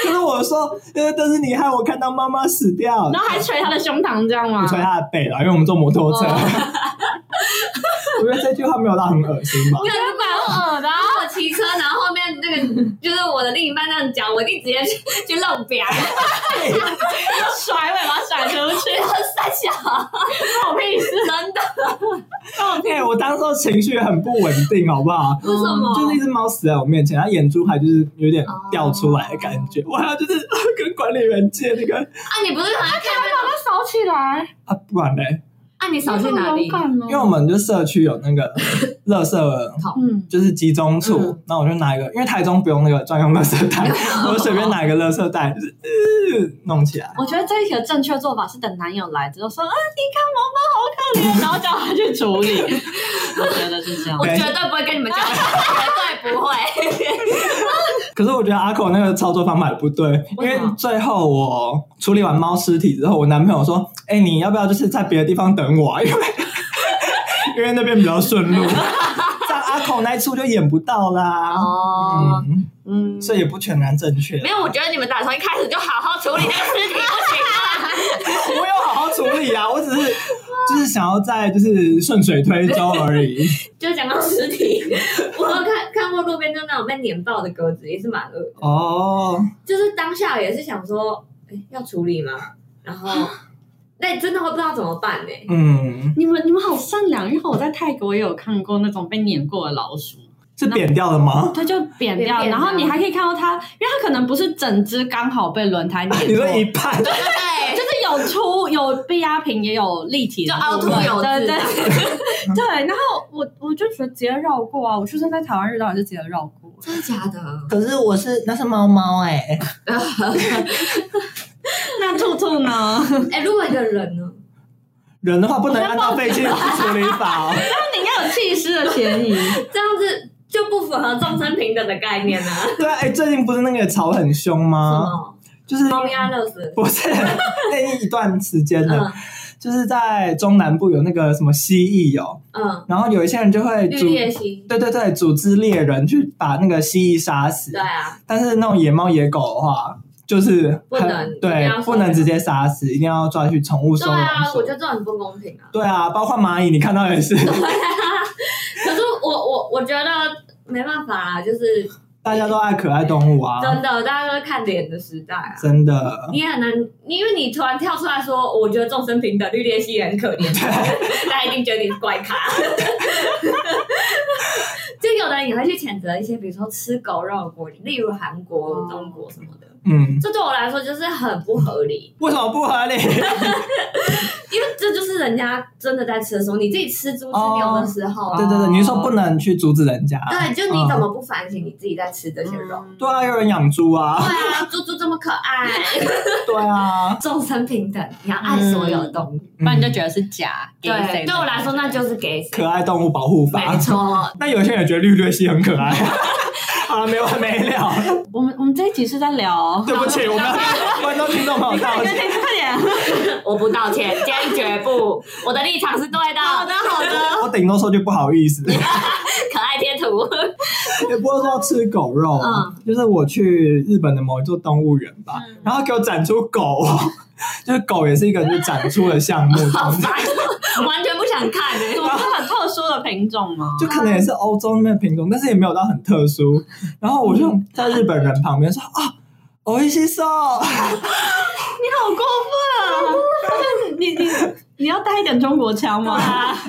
Speaker 2: 可是我说，呃，但是你害我看到妈妈死掉，
Speaker 3: 然后还捶他的胸膛，这样吗
Speaker 2: 我？捶他的背了，因为我们坐摩托车。
Speaker 4: 哦
Speaker 2: <laughs> 我觉得这句话没有到很恶心吧
Speaker 4: 你？
Speaker 3: 觉得蛮恶的、啊。
Speaker 4: 我骑车，然后后面那个就是我的另一半这样讲，我一定直接去去弄表， <laughs>
Speaker 3: 甩尾巴甩出去， <laughs>
Speaker 4: 三小，
Speaker 3: 关我屁事，
Speaker 4: 真的。
Speaker 3: 关我屁
Speaker 2: <laughs> 哎、我当时候情绪很不稳定，好不好？
Speaker 4: 为什么？
Speaker 2: 就是一只猫死在我面前，它眼珠还就是有点掉出来的感觉，
Speaker 4: 哦
Speaker 2: 我还要就是跟管理员借那个
Speaker 4: 啊，你不是很爱看那个？
Speaker 3: 它扫起来，
Speaker 2: 啊，不然嘞，
Speaker 4: 啊，你扫去哪里？
Speaker 3: 好勇敢哦
Speaker 2: 因为我们就社区有那个垃圾
Speaker 3: 嗯，
Speaker 2: 就是集中处
Speaker 4: 嗯，哦
Speaker 2: 那、我就拿一个，因为台中不用那个专用垃圾
Speaker 4: <laughs>
Speaker 2: 袋， <laughs> 我就随便拿一个垃圾袋，就是、呃、弄起来。
Speaker 3: 我觉得这一题的正确做法是等男友来之后说，啊，你看毛毛好可怜，
Speaker 2: <laughs>
Speaker 3: 然后叫他去处理。我觉得是这样
Speaker 4: 我。绝对不会跟你们讲，绝对不会。
Speaker 2: 可是我觉得阿口那个操作方法也不对，因
Speaker 4: 为
Speaker 2: 为
Speaker 4: 什么
Speaker 2: 最后我处理完猫尸体之后，我男朋友说：“哎、你要不要就是在别的地方等我、啊？因为因为那边比较顺路。”这样阿口那一处就演不到啦。
Speaker 4: 哦，
Speaker 2: 嗯，
Speaker 4: 嗯，
Speaker 2: 所以也不全然正确。
Speaker 4: 没有，我觉得你们打从一开始就好好处理那个尸体，不行吗？
Speaker 2: 我有好好处理啊，我只是就是想要在就是顺水推舟而已。
Speaker 4: 就讲到尸体，我有看看过路边就那种被碾爆的鸽子，也是蛮恶的。
Speaker 2: 哦，
Speaker 4: 就是当下也是想说，哎、要处理吗？然后， <laughs> 那你真的会不知道怎么办欸呢、
Speaker 2: 嗯，
Speaker 3: 你们你们好善良，因为我在泰国也有看过那种被碾过的老鼠，
Speaker 2: 是扁掉的吗？
Speaker 3: 它就扁
Speaker 4: 扁
Speaker 3: 掉，
Speaker 4: 扁的
Speaker 3: 然后你还可以看到它，因为它可能不是整只刚好被轮胎碾
Speaker 2: 你
Speaker 3: 过
Speaker 2: 说，一
Speaker 4: <laughs>
Speaker 2: 半
Speaker 4: 对，
Speaker 3: 就是有粗有被压平，也有立体的
Speaker 4: 就
Speaker 3: 部
Speaker 4: 凹凸
Speaker 3: 分，
Speaker 4: 有
Speaker 3: 对
Speaker 4: 致
Speaker 3: 对对。然后我我就觉得直接绕过啊，我出生在台湾日到也是直接绕过。
Speaker 4: 真的假的？
Speaker 2: 可是我是那是猫猫哎、
Speaker 3: <laughs> <laughs>
Speaker 4: 欸
Speaker 3: 那兔兔呢？
Speaker 4: 哎、如果一个人呢？
Speaker 2: 人的话不能按照废弃物处理法哦。
Speaker 3: 你应该有弃尸的嫌疑。
Speaker 4: 这样子就不符合众生平等的概念呢、啊。
Speaker 2: 对啊，哎、最近不是那个吵很凶
Speaker 4: 什
Speaker 2: 吗？
Speaker 4: 么？
Speaker 2: 就是
Speaker 4: 猫咪安乐死？
Speaker 2: 不是那一段时间的，
Speaker 4: 嗯
Speaker 2: 就是在中南部有那个什么蜥蜴哦，
Speaker 4: 嗯，
Speaker 2: 然后有一些人就会
Speaker 4: 绿
Speaker 2: 组，
Speaker 4: 鬣蜥。
Speaker 2: 对对对，组织猎人去把那个蜥蜴杀死
Speaker 4: 对。啊，
Speaker 2: 但是那种野猫野狗的话，就是
Speaker 4: 不
Speaker 2: 很
Speaker 4: 能一定
Speaker 2: 对
Speaker 4: 要，
Speaker 2: 不
Speaker 4: 收
Speaker 2: 能
Speaker 4: 养
Speaker 2: 直接杀死，一定要抓去宠物收
Speaker 4: 对
Speaker 2: 容
Speaker 4: 啊，我
Speaker 2: 所
Speaker 4: 觉。得这很不公平啊。
Speaker 2: 对啊，包括蚂蚁，你看到也
Speaker 4: <laughs>
Speaker 2: 是，
Speaker 4: 可是我我我觉得没办法啊，就是
Speaker 2: 大家都爱可爱动物啊，
Speaker 4: 真的，大家都是看脸的时代啊。
Speaker 2: 真的。
Speaker 4: 你很难，你因为你突然跳出来说，我觉得众生平等，绿鬣蜥也很可怜，大家一定觉得你是怪咖。就有的人也会去谴责一些，比如说吃狗肉的国家，例如韩国、
Speaker 3: 嗯
Speaker 4: 中国什么的。
Speaker 2: 嗯，
Speaker 4: 这对我来说就是很不合理，
Speaker 2: 为什么不
Speaker 4: <laughs>
Speaker 2: 合理？
Speaker 4: 因为这就是人家真的在吃的时候，你自己吃猪吃牛的时候，
Speaker 2: 对对对，你是说不能去阻止人家？
Speaker 4: 对，就
Speaker 2: 嗯
Speaker 4: 你怎么不反省你自己在吃这些肉？
Speaker 2: 对啊，有人养猪
Speaker 4: 对 <laughs>
Speaker 2: 啊，
Speaker 4: 啊，猪猪这么可爱，
Speaker 2: 对啊，
Speaker 4: 众生平等，你要爱所有动物。
Speaker 3: 不然你就
Speaker 2: 嗯
Speaker 3: 觉得是假。给谁
Speaker 4: 对，
Speaker 3: 的
Speaker 4: 对我来说那就是给谁
Speaker 2: 可爱动物保护法
Speaker 4: 没。错，
Speaker 2: 那有些人也觉得绿鬣蜥很可爱。 <laughs> 好了，没完没了，
Speaker 3: 我们我们这一集是在聊。
Speaker 2: 对不起，我们
Speaker 4: <laughs>
Speaker 2: 要观众听众朋友道
Speaker 3: <laughs> 快
Speaker 2: 歉。
Speaker 3: 点快点！
Speaker 4: 我不道歉，坚决不，我的立场是对
Speaker 3: <laughs>
Speaker 4: 的。好的，好的，
Speaker 2: 我顶多说句不好意思，
Speaker 4: 可爱贴图。
Speaker 2: <laughs>
Speaker 4: <laughs>
Speaker 2: 也不是说吃狗肉，啊
Speaker 4: 嗯
Speaker 2: 就是我去日本的某一座动物园吧，然后给我展出狗，就是狗也是一个就是展出的项目，
Speaker 4: 好 <laughs> 烦，完全不想看、欸。
Speaker 3: 我们是很特殊的品种吗？
Speaker 2: 就可能也是欧洲那边的品种，但是也没有到很特殊。然后我就在日本人旁边说啊。哦，一起瘦，
Speaker 3: 你好过分啊！但是你你你要带一点中国腔吗？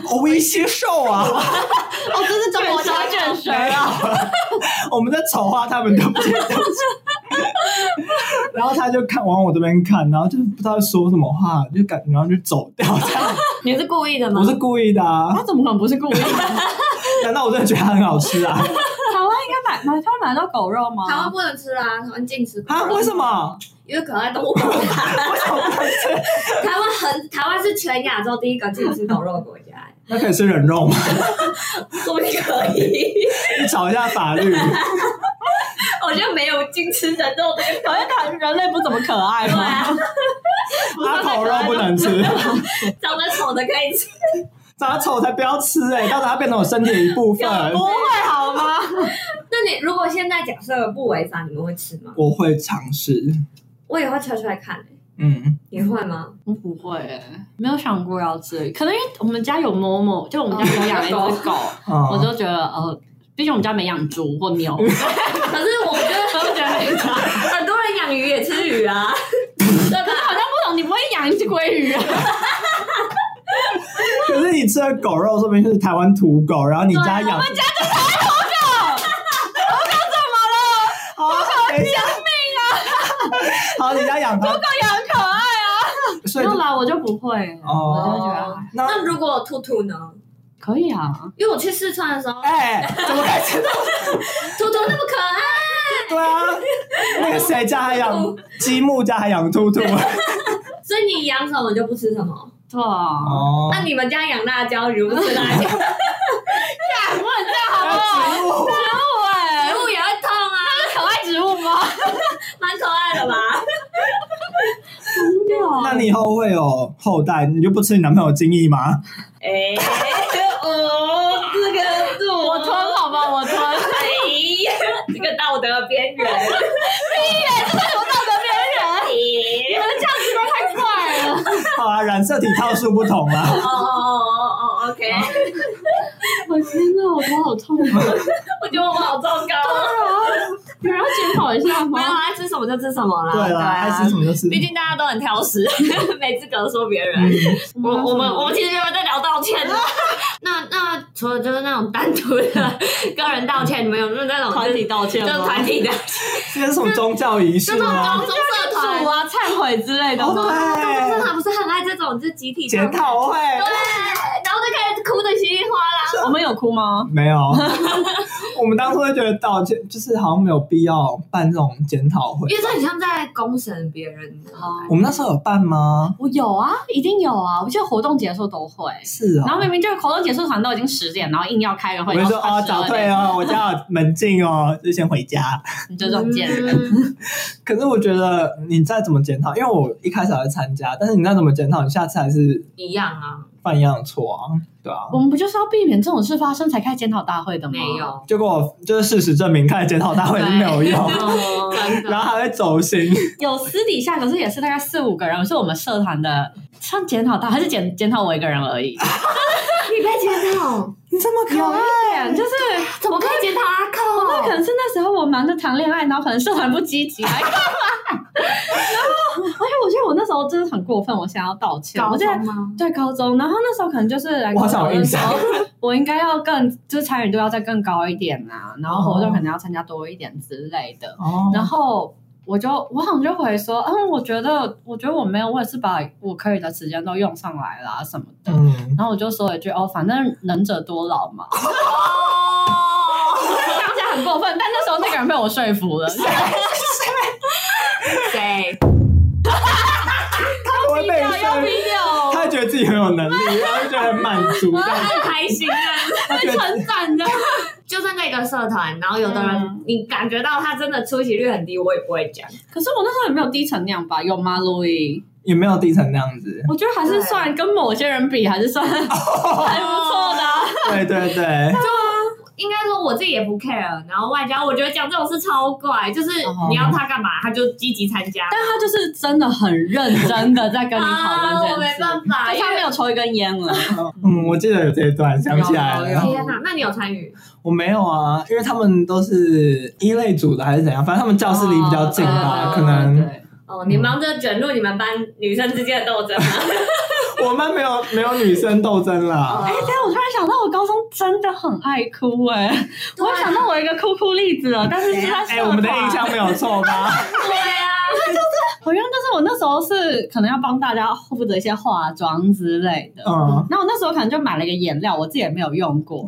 Speaker 2: 哦，一起瘦啊！
Speaker 3: <laughs> 哦，这是中国腔卷舌啊！
Speaker 2: <laughs> 我们在丑化他们，对不起，对不起。 <laughs> 然后他就看往我这边看，然后就是不知道说什么话，就感然后就走掉。这样
Speaker 4: 你是故意的
Speaker 2: 我是故意的啊！
Speaker 3: <laughs> 他怎么可能不是故意 <laughs> 的？
Speaker 2: 难道我真的觉得它很好吃啊？
Speaker 3: 台湾应该买买他买得到狗肉吗？
Speaker 4: 台湾不能吃啊，台湾禁吃。
Speaker 2: 啊，为什？么？
Speaker 4: 因为可爱动物 <laughs> 保护法。台湾很，台湾是全亚洲第一个禁吃狗肉的国家、欸，
Speaker 2: 那可以吃人肉吗？ <laughs>
Speaker 4: 说不定可以。
Speaker 2: 你找一下法律。
Speaker 4: <laughs> 我觉得没有禁吃人肉这个。
Speaker 3: 好像台人类不怎么可爱
Speaker 4: 对
Speaker 3: 吗
Speaker 4: <laughs> 啊？，
Speaker 2: 阿口肉不能吃，
Speaker 4: 长得丑的可以吃，
Speaker 2: 长得丑才不要吃哎、欸，到时候它变成我身体的一部分。
Speaker 3: 不会好吗？
Speaker 4: 那你如果现在假设不违法，你们会吃吗？
Speaker 2: 我会尝试，
Speaker 4: 我也会挑出来看、欸，
Speaker 2: 嗯，
Speaker 4: 你会吗？
Speaker 3: 我不会、欸，没有想过要吃。可能因为我们家有某某，就我们家有养一只狗，我
Speaker 2: 哦，
Speaker 3: 就觉得呃，毕竟我们家没养猪或
Speaker 4: <laughs>
Speaker 3: 牛，
Speaker 4: 可是我觉得
Speaker 3: 所以我觉得没差。
Speaker 4: 很多人养鱼也吃鱼啊，对吧？ <laughs>
Speaker 3: 好像不懂，你不会养一只鲑鱼、啊，
Speaker 2: 可是你你吃的狗肉，说明是台湾土狗，然后你家养。我们家就台湾土狗，土狗怎么了？好，等一下，命啊！好，你家养土狗
Speaker 3: 也很可爱啊。
Speaker 2: 所
Speaker 3: 没
Speaker 2: 以
Speaker 3: 有啦，我就不会，我
Speaker 2: 哦，
Speaker 3: 就觉得
Speaker 2: 那
Speaker 4: 那如果兔兔呢？
Speaker 3: 可以啊。
Speaker 4: 因为我去四川的时候，
Speaker 2: 哎，怎么可以吃到？
Speaker 4: 兔兔那么可爱，
Speaker 2: 对啊，那个谁家还养积木家还养兔兔？啊
Speaker 4: 所以你养什么就不吃什么。
Speaker 3: 对啊，
Speaker 2: 哦，
Speaker 4: 那你们家养辣椒，你就不吃辣椒，
Speaker 3: 不能这样好不好？
Speaker 2: 那植物。
Speaker 3: 对，
Speaker 4: 植物也会痛啊，
Speaker 3: 可爱植物吗？
Speaker 4: 蛮可爱的吧？
Speaker 2: 那你以后会有后代，你就不吃你男朋友的精液吗？
Speaker 4: 哎，哦，这个是我
Speaker 3: 我吞好吗？我
Speaker 4: <laughs>
Speaker 3: 吞。
Speaker 4: 哎，这个道德边缘，屁耶，这是什么道德边缘？
Speaker 3: 太快了，
Speaker 2: 好啊，染色体套数不同啊。
Speaker 4: 哦哦哦哦，OK，
Speaker 3: 我天哪，我头好痛啊！
Speaker 4: 我觉得我们好糟糕。
Speaker 3: 有人要检讨一下
Speaker 4: 没有，
Speaker 3: 吗？
Speaker 4: 爱吃什么就吃什么啦。
Speaker 2: 对啦，爱吃什么就吃。
Speaker 4: 毕竟大家都很挑食，没资格说别人。我我们我们其实没有在聊道歉的。那那除了就是那种单独的个人道歉，你们有没有那种就是
Speaker 3: 道歉
Speaker 4: 就是团体的，
Speaker 2: 这是什么宗教仪式
Speaker 4: 就那种高
Speaker 2: 吗？
Speaker 4: 中社团
Speaker 3: 主？啊、忏悔之类的
Speaker 2: 哦，
Speaker 3: 吗？
Speaker 4: 高中社
Speaker 2: 对，
Speaker 4: 团不是很爱这种就是集体道
Speaker 2: 检
Speaker 4: 歉
Speaker 2: 讨会
Speaker 4: 对，然后就开始哭的稀里哗啦。
Speaker 3: 我们有哭吗？
Speaker 2: 没有。我们当初会觉得道歉就是好像没有必要办这种检讨会
Speaker 4: 因。为这很像在公审别人的那种感觉，
Speaker 2: 我们那时候有办吗？
Speaker 3: 我有啊，一定有啊！我记得活动结束都会，
Speaker 2: 是
Speaker 3: 然后
Speaker 2: 哦。
Speaker 3: 明明就是活动结束，团都已经十点，然后硬要开个
Speaker 2: 我
Speaker 3: 会，
Speaker 2: 就
Speaker 3: 然
Speaker 2: 说
Speaker 3: 后
Speaker 2: 哦，
Speaker 3: 快
Speaker 2: 早
Speaker 3: 12
Speaker 2: 退
Speaker 3: 点，
Speaker 2: 哦，我家有门禁哦，就先回家。
Speaker 3: 你这种贱人，
Speaker 4: 嗯。
Speaker 2: 可是我觉得你再怎么检讨，因为我一开始还会参加，但是你再怎么检讨，你下次还是
Speaker 4: 一样啊，
Speaker 2: 犯一样的错啊，对啊。
Speaker 3: 我们不就是要避免这种事发生才开检讨大会的吗？
Speaker 4: 没，有，
Speaker 2: 结果就是事实证明，开检讨大会是没有用，
Speaker 4: 真
Speaker 2: 然
Speaker 4: 的。
Speaker 2: 后还会走心。
Speaker 3: 有私底下，可是也是大概四五个人，是我们社团的，像检讨大还是检检讨我一个人 <laughs> 而已，
Speaker 4: 你被检讨，
Speaker 2: 你这么可爱，
Speaker 3: 对， <laughs> 就是。
Speaker 4: 怎么可以检讨阿
Speaker 3: 那可
Speaker 4: 寇？
Speaker 3: 能是那时候我忙着谈恋爱，然后可能社团不积极，还干嘛？然后，而且哎我觉得我那时候真的很过分，我想要道歉。我记得
Speaker 4: 吗？
Speaker 3: 对高中，然后那时候可能就是来
Speaker 2: 我
Speaker 3: 高
Speaker 2: 好像
Speaker 3: 中
Speaker 2: 有印
Speaker 3: 的时
Speaker 2: 象
Speaker 3: 候，我应该要更就是参与度要再更高一点啊，然后活动
Speaker 2: 哦
Speaker 3: 可能要参加多一点之类的。
Speaker 2: 哦
Speaker 3: 然后我就我好像就回说，嗯，我觉得我觉得我没有，我也是把我可以的时间都用上来啦、什么的。
Speaker 2: 嗯，
Speaker 3: 然后我就说了一句哦，反正能者多劳嘛， <laughs>
Speaker 4: 哦，
Speaker 3: 当下很过分，但那时候那个人被我说
Speaker 4: <laughs>
Speaker 3: 服了，
Speaker 4: 谁？
Speaker 2: 他会被
Speaker 3: 要逼
Speaker 2: 说，
Speaker 3: 掉，
Speaker 2: 他觉得自己很有能力，然后就觉得很满足，这样
Speaker 4: 太开心了！
Speaker 2: 他觉得
Speaker 3: 赞的。
Speaker 4: 就是那个社团，然后有的人
Speaker 3: 嗯
Speaker 4: 你感觉到他真的出席率很低，我也不会讲。
Speaker 3: 可是我那时候也没有低成那样吧？有吗，路易？
Speaker 2: 也没有低成那样子。
Speaker 3: 我觉得还是算跟某些人比，还是
Speaker 4: <laughs>
Speaker 3: 算还不错的啊、
Speaker 2: 对对对，
Speaker 4: 应该说我自己也不 care，然后外加我觉得讲这种事超怪，就是
Speaker 3: 哦
Speaker 4: 你要他干嘛，他就积极参加。
Speaker 3: 但他就是真的很认真的在跟你讨
Speaker 4: 啊，
Speaker 3: 论这件
Speaker 4: 我没
Speaker 3: 事，
Speaker 4: 办法，
Speaker 3: 可是
Speaker 4: 因
Speaker 3: 他没
Speaker 4: 为
Speaker 3: 有抽一根烟了。
Speaker 2: 嗯，我记得有这一段，想起来
Speaker 3: 有有
Speaker 2: 了
Speaker 3: 有。
Speaker 4: 天哪，那你有参与？
Speaker 2: 我没有啊，因为他们都是一类组的还是怎样，反正他们教室离比较
Speaker 4: 啊
Speaker 2: 近吧，啊
Speaker 3: 哦
Speaker 2: 可能
Speaker 3: 对
Speaker 4: 哦，你忙着卷入你们班女生之间的斗争吗？
Speaker 2: <laughs> 我们没有没有女生斗争
Speaker 4: <laughs>
Speaker 2: 啦。
Speaker 3: 哎，但我突然想到，我高中真的很爱哭哎、我
Speaker 4: 啊
Speaker 3: 又想到我一个哭哭例子了，但是是在社
Speaker 2: 哎，我们的
Speaker 3: 团
Speaker 2: 印象没有错吧？
Speaker 4: 对啊，
Speaker 3: 好像，但是我那时候是可能要帮大家负责一些化妆之类的， <laughs>
Speaker 2: 嗯，
Speaker 3: 然后我那时候可能就买了一个颜料，我自己也没有用 <laughs> 过，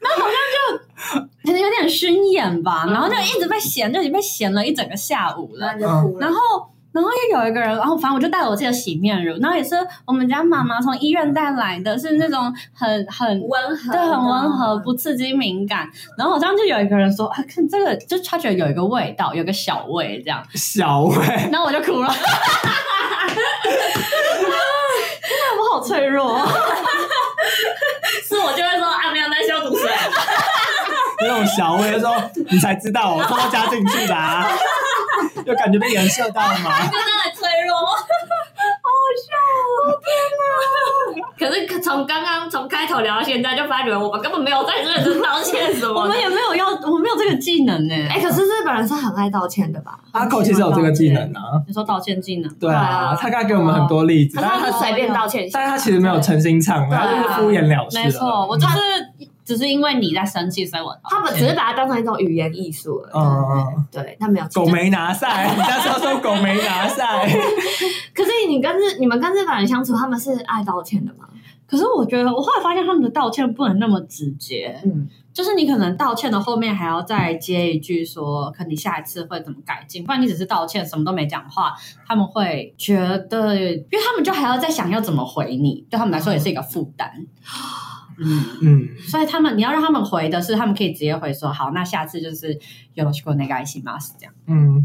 Speaker 3: 然后好像就可能有点熏眼吧，然后就一直被嫌，就已经被嫌了一整个下午了。
Speaker 4: 你就
Speaker 2: 嗯
Speaker 4: 哭
Speaker 3: 然。后，然后又有一个人，然后反正我就带了我自己的洗面乳，然后也是我们家妈妈从医院带来的，是那种很很
Speaker 4: 温和，
Speaker 3: 对，很温和，不刺激敏感。然后好像就有一个人说，啊，看这个，就他觉得有一个味道，有个小味这样，
Speaker 2: 小薇，
Speaker 3: 然后我就哭了。 <laughs> 天哪，我好脆弱。
Speaker 4: 是我就会说啊，没有在消毒水，
Speaker 2: 那种小薇就说你才知道我偷偷加进去的、啊，有感觉被人射到
Speaker 4: <laughs>
Speaker 2: 吗？
Speaker 4: <laughs> 真的很脆弱，好笑哦！天哪！可是从刚刚从开头聊到现在，就发觉我们根本没有在认真道歉什
Speaker 3: 我
Speaker 4: 么的
Speaker 3: 们。也没有要，我没有这个技能呢、
Speaker 4: 哎、可是日本人是很爱道歉的吧？
Speaker 2: 阿寇其实有这个技能啊，
Speaker 3: 你说道歉技能，
Speaker 2: 对啊，
Speaker 4: 啊
Speaker 2: 他刚才给我们很多例子，
Speaker 4: 可是
Speaker 2: 但
Speaker 4: 他
Speaker 2: 是
Speaker 4: 们
Speaker 2: 他
Speaker 4: 随便道歉一下，
Speaker 2: 哦但是他其实没有诚心唱，他就是敷衍了事。
Speaker 3: 没错，我就是只是因为你在生气，所以我道
Speaker 4: 他们只
Speaker 3: 歉
Speaker 4: 是把它当成一种语言艺术而已。
Speaker 2: 嗯嗯，嗯
Speaker 4: 对，他没有
Speaker 2: 狗没拿赛，人家是要说狗没拿赛。
Speaker 4: 可是你跟日你们跟日本人相处，他们是爱道歉的吗？
Speaker 3: 可是我觉得，我后来发现他们的道歉不能那么直接，
Speaker 4: 嗯，
Speaker 3: 就是你可能道歉的后面还要再接一句说，可你下一次会怎么改进，不然你只是道歉什么都没讲话，他们会觉得，因为他们就还要再想要怎么回你，对他们来说也是一个负担。嗯，
Speaker 2: 嗯，
Speaker 3: 所以他们你要让他们回的是，他们可以直接回说好，那下次就是有ろしくお願いします这样，
Speaker 2: 嗯，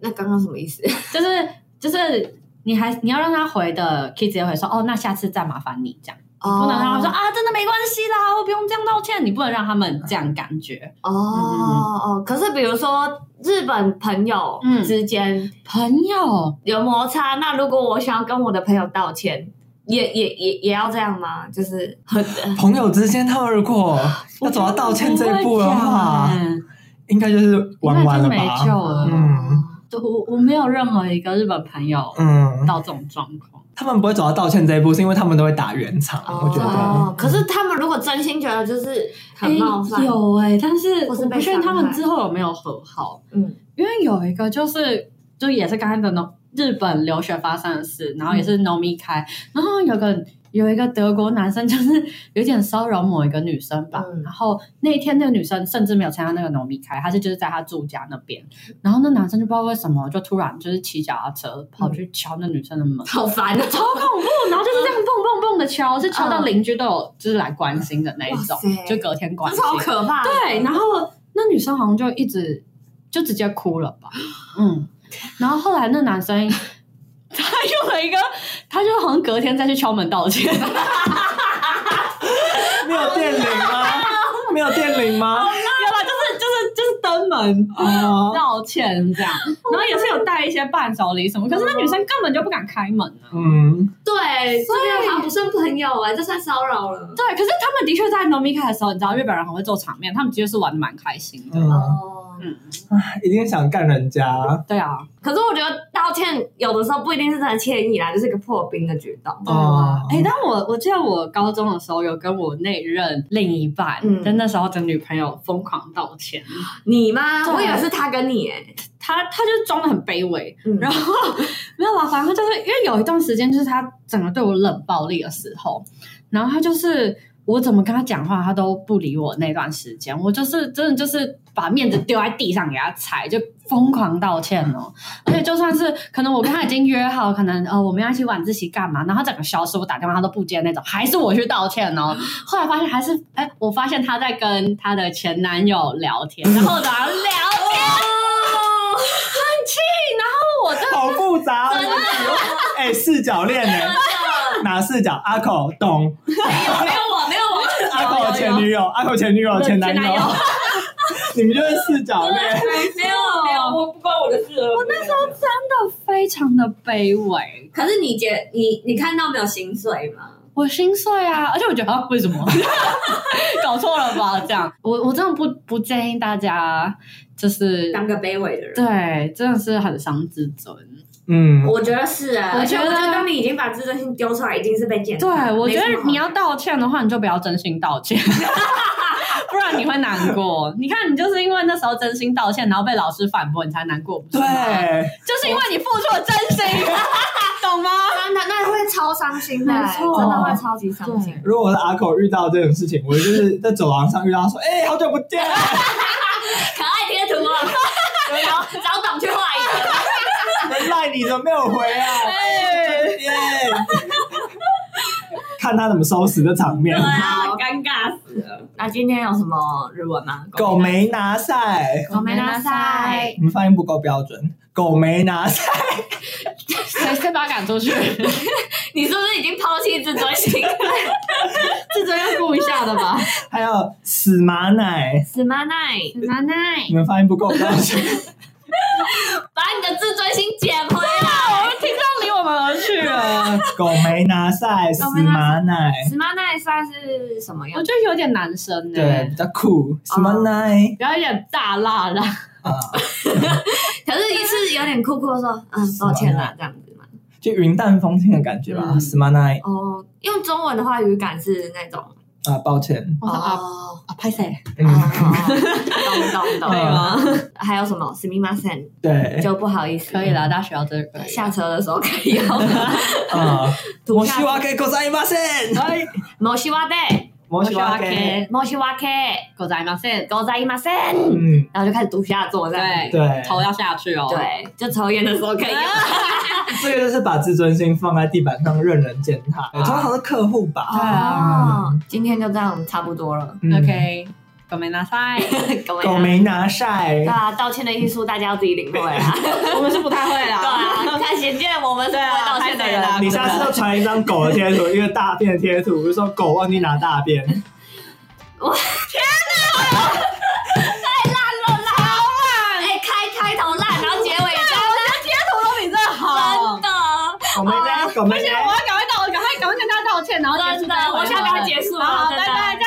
Speaker 4: 那刚刚什么
Speaker 3: <laughs>
Speaker 4: 意思？
Speaker 3: 就是就是你还你要让他回的，可以直接回说哦，那下次再麻烦你这样。不
Speaker 4: 不
Speaker 3: 能让他们说啊，真的没关系啦，我不用这样道歉。你不能让他们这样感觉。
Speaker 4: 哦
Speaker 2: 嗯
Speaker 4: 哦。可是比如说日本朋友
Speaker 3: 嗯
Speaker 4: 之间
Speaker 3: 朋友，
Speaker 4: 有摩擦，那如果我想要跟我的朋友道歉，也也也也要这样吗？就是很
Speaker 2: 朋友之间他们如果要走到道歉这一步的话，
Speaker 3: 嗯
Speaker 2: 应该就是玩完了
Speaker 3: 那就没救
Speaker 2: 吧？
Speaker 3: 了。
Speaker 2: 嗯
Speaker 3: 对我我没有任何一个日本朋友
Speaker 2: 嗯，
Speaker 3: 到这种状况。
Speaker 2: 他们不会走到道歉这一步，是因为他们都会打圆场，我觉得。
Speaker 4: 哦，可是他们如果真心觉得就是很冒犯
Speaker 3: 诶，有哎、但是
Speaker 4: 或
Speaker 3: 我
Speaker 4: 是被
Speaker 3: 不确定他
Speaker 4: 伤害
Speaker 3: 们之后有没有和好，
Speaker 4: 嗯
Speaker 3: 因为有一个就是就也是刚才的农日本留学发生的事，然后也是农民开，然后有个有一个德国男生就是有点骚扰某一个女生吧，
Speaker 4: 嗯
Speaker 3: 然后那一天那个女生甚至没有参加那个农民开，她是就是在她住家那边，然后那男生就不知道为什么就突然就是骑脚踏车跑去敲那女生的门，
Speaker 4: 好烦啊！
Speaker 3: 超恐怖，然后 <laughs> 就是这样蹦蹦蹦的敲，是敲到邻居都有就是来关心的那一种
Speaker 4: 哇塞，
Speaker 3: 就隔天关
Speaker 4: 这
Speaker 3: 心，
Speaker 4: 超可怕的。
Speaker 3: 对，然后那女生好像就一直就直接哭了吧，嗯，然后后来那男生 <laughs> 他用了一个，他就好像隔天再去敲门道歉，
Speaker 2: 没有电铃
Speaker 3: <laughs>
Speaker 2: 吗？没有电铃吗？
Speaker 3: 有啦，就是就是就是登门
Speaker 2: 哦，
Speaker 3: 道歉这样，然后也是有带一些伴手礼什么，可是那女生根本就不敢开门啊。
Speaker 2: 嗯，
Speaker 4: 对，所以他不算朋友哎、这算骚扰了。
Speaker 3: 对，可是他们的确在 n 米开的时候，你知道日本人很会做场面，他们的确是玩的蛮开心的。
Speaker 2: 嗯，
Speaker 4: 哦，
Speaker 2: 一定想干人家。
Speaker 3: 对啊，
Speaker 4: 可是我觉得道歉有的时候不一定是真的歉意啦，就是一个破冰的举动。
Speaker 2: 哦
Speaker 3: 哎、但我我记得我高中的时候有跟我那任另一半，
Speaker 4: 嗯
Speaker 3: 跟那时候的女朋友疯狂道歉，
Speaker 4: 你吗？
Speaker 3: 对
Speaker 4: 我以为是他跟你哎、
Speaker 3: 她她就装的很卑微，
Speaker 4: 嗯
Speaker 3: 然后没有啦，反正就是因为有一段时间就是她整个对我冷暴力的时候，然后她就是我怎么跟她讲话，她都不理我。那段时间我就是真的就是把面子丢在地上给她踩，就疯狂道歉哦。而且就算是可能我跟她已经约好，可能呃我们要一起晚自习干嘛，然后她整个消失，我打电话她都不接那种，还是我去道歉 <laughs> 哦。后来发现还是哎，我发现她在跟她的前男友聊天，然后 <laughs> 聊聊。
Speaker 2: 好复杂哦，哎、四角恋呢、哪四角？阿口懂，
Speaker 4: 没有我，没有我，
Speaker 2: 阿口前女友，阿口前女友，前男
Speaker 3: 前男
Speaker 2: 友
Speaker 3: 友，
Speaker 2: <laughs> 你们就是四角恋。
Speaker 4: 没有没有，我不关我的事了。我那时候，
Speaker 3: 非常的卑微，
Speaker 4: 可是你姐，你你看到没有心碎吗？
Speaker 3: 我心碎啊！而且我觉得啊，为什么 <laughs> 搞错了吧？这样，我我真的不不建议大家，就是
Speaker 4: 当个卑微的人。
Speaker 3: 对，真的是很伤自尊。
Speaker 2: 嗯，
Speaker 4: 我觉得是啊，
Speaker 3: 我
Speaker 4: 而且
Speaker 3: 觉得
Speaker 4: 我觉得当你已经把自尊心丢出来，一定是被践
Speaker 3: 对
Speaker 4: 踏。，
Speaker 3: 我觉
Speaker 4: 没什么
Speaker 3: 得
Speaker 4: 好
Speaker 3: 你要道歉的话，你就不要真心道 <laughs> 歉，不然你会难过。你看，你就是因为那时候真心道歉，然后被老师反驳，你才难过，不是
Speaker 2: 对
Speaker 3: 吗，就是因为你付出了真心， <laughs> 懂吗？
Speaker 4: 真的那会超伤心的、
Speaker 3: 没
Speaker 4: 欸，
Speaker 3: 错
Speaker 4: 真的会超级伤心。
Speaker 2: 如果我是阿口遇到这种事情，我就是在走廊上遇到说，哎、好久不见，啊
Speaker 4: 可爱贴图啊，然后找董去画一个。
Speaker 2: 能赖你怎么没有回啊？哎、久不见，看他怎么收拾的场面。
Speaker 4: 啊，尴尬死了。那今天有什么日文吗？
Speaker 2: 狗没拿赛，
Speaker 4: 狗没拉塞，
Speaker 2: 你们发音不够标准。狗没拿赛，
Speaker 3: 谁先把他赶出去？
Speaker 4: 你是不是已经抛弃自尊心？
Speaker 3: <laughs> 自尊要顾一下的吧。
Speaker 2: 还有死马奶，
Speaker 4: 死妈奈，
Speaker 3: 奶奶，
Speaker 2: 你们发音不够标准。
Speaker 4: 把你的自尊心捡回来。
Speaker 3: 听众离我们而么去
Speaker 2: <laughs>
Speaker 3: 了？
Speaker 2: 啊狗没拿赛，死
Speaker 4: 狗没拿
Speaker 2: 马奶，
Speaker 4: s m a n 算是什么
Speaker 3: 我
Speaker 4: 样？
Speaker 3: 觉得有点男生呢、欸
Speaker 2: 对，比较酷，死马奶
Speaker 3: 然后有点大辣辣，
Speaker 2: 啊，
Speaker 4: 可是一次有点酷酷的说，嗯，抱歉啦，这样子嘛。
Speaker 2: 就云淡风轻的感觉吧，
Speaker 3: 嗯
Speaker 2: 死马奶
Speaker 4: 哦，用中文的话，语感是那种
Speaker 2: 啊，抱歉，
Speaker 3: 我说啊
Speaker 4: 哦，
Speaker 3: 啊，拍谁？
Speaker 4: 哦
Speaker 2: 嗯，
Speaker 4: 懂懂
Speaker 3: 可以
Speaker 4: 懂。
Speaker 3: 吗？
Speaker 4: 还有什么 s m i m a s e n
Speaker 2: 对，
Speaker 4: 就不好意思，
Speaker 3: 可以啦，大学要这个可以。
Speaker 4: 下车的时候可以用。
Speaker 2: <laughs> 啊，
Speaker 4: 土
Speaker 2: 我
Speaker 4: 下
Speaker 2: 希望给狗在马赛，
Speaker 3: 哎，
Speaker 4: 摩西瓦代，
Speaker 2: 我希望
Speaker 3: 我希
Speaker 2: 给，
Speaker 4: 摩西瓦 K，
Speaker 3: 狗仔吗？现
Speaker 4: 狗仔伊马森，
Speaker 2: 嗯，
Speaker 4: 然后就开始读下作这样子。
Speaker 2: 对，
Speaker 3: 头要下去哦。，
Speaker 4: 对，就抽烟的时候可以用。
Speaker 2: 这个就是把自尊心放在地板上，任人践踏，通常是客户吧。啊
Speaker 4: 哦，今天就这样差不多了。
Speaker 2: 嗯
Speaker 3: OK，狗没拿塞，
Speaker 4: 各位啊
Speaker 2: 狗没拿晒
Speaker 4: 对，啊，道歉的艺术大家要自己领会啊。
Speaker 3: 我们是不太会
Speaker 4: 对
Speaker 3: 啦。
Speaker 4: 啊，看显见我们是不会道歉的人。
Speaker 2: 你下次就传一张狗的贴图，一个大便的贴图，就说狗忘记拿大 <laughs> 便。
Speaker 4: 哎，开开头烂，然后结尾也这样，
Speaker 3: 贴图都比这好
Speaker 4: 真。的。
Speaker 2: 狗没拿，狗没
Speaker 3: 不行，
Speaker 2: 拿
Speaker 3: 我。要赶快道，赶快赶快跟他道歉，然后结束
Speaker 4: 真
Speaker 3: 这一回
Speaker 4: 的，
Speaker 3: 合。
Speaker 4: 我想赶快结束了，
Speaker 3: 好，
Speaker 4: 真
Speaker 3: 拜
Speaker 4: 的
Speaker 3: 拜，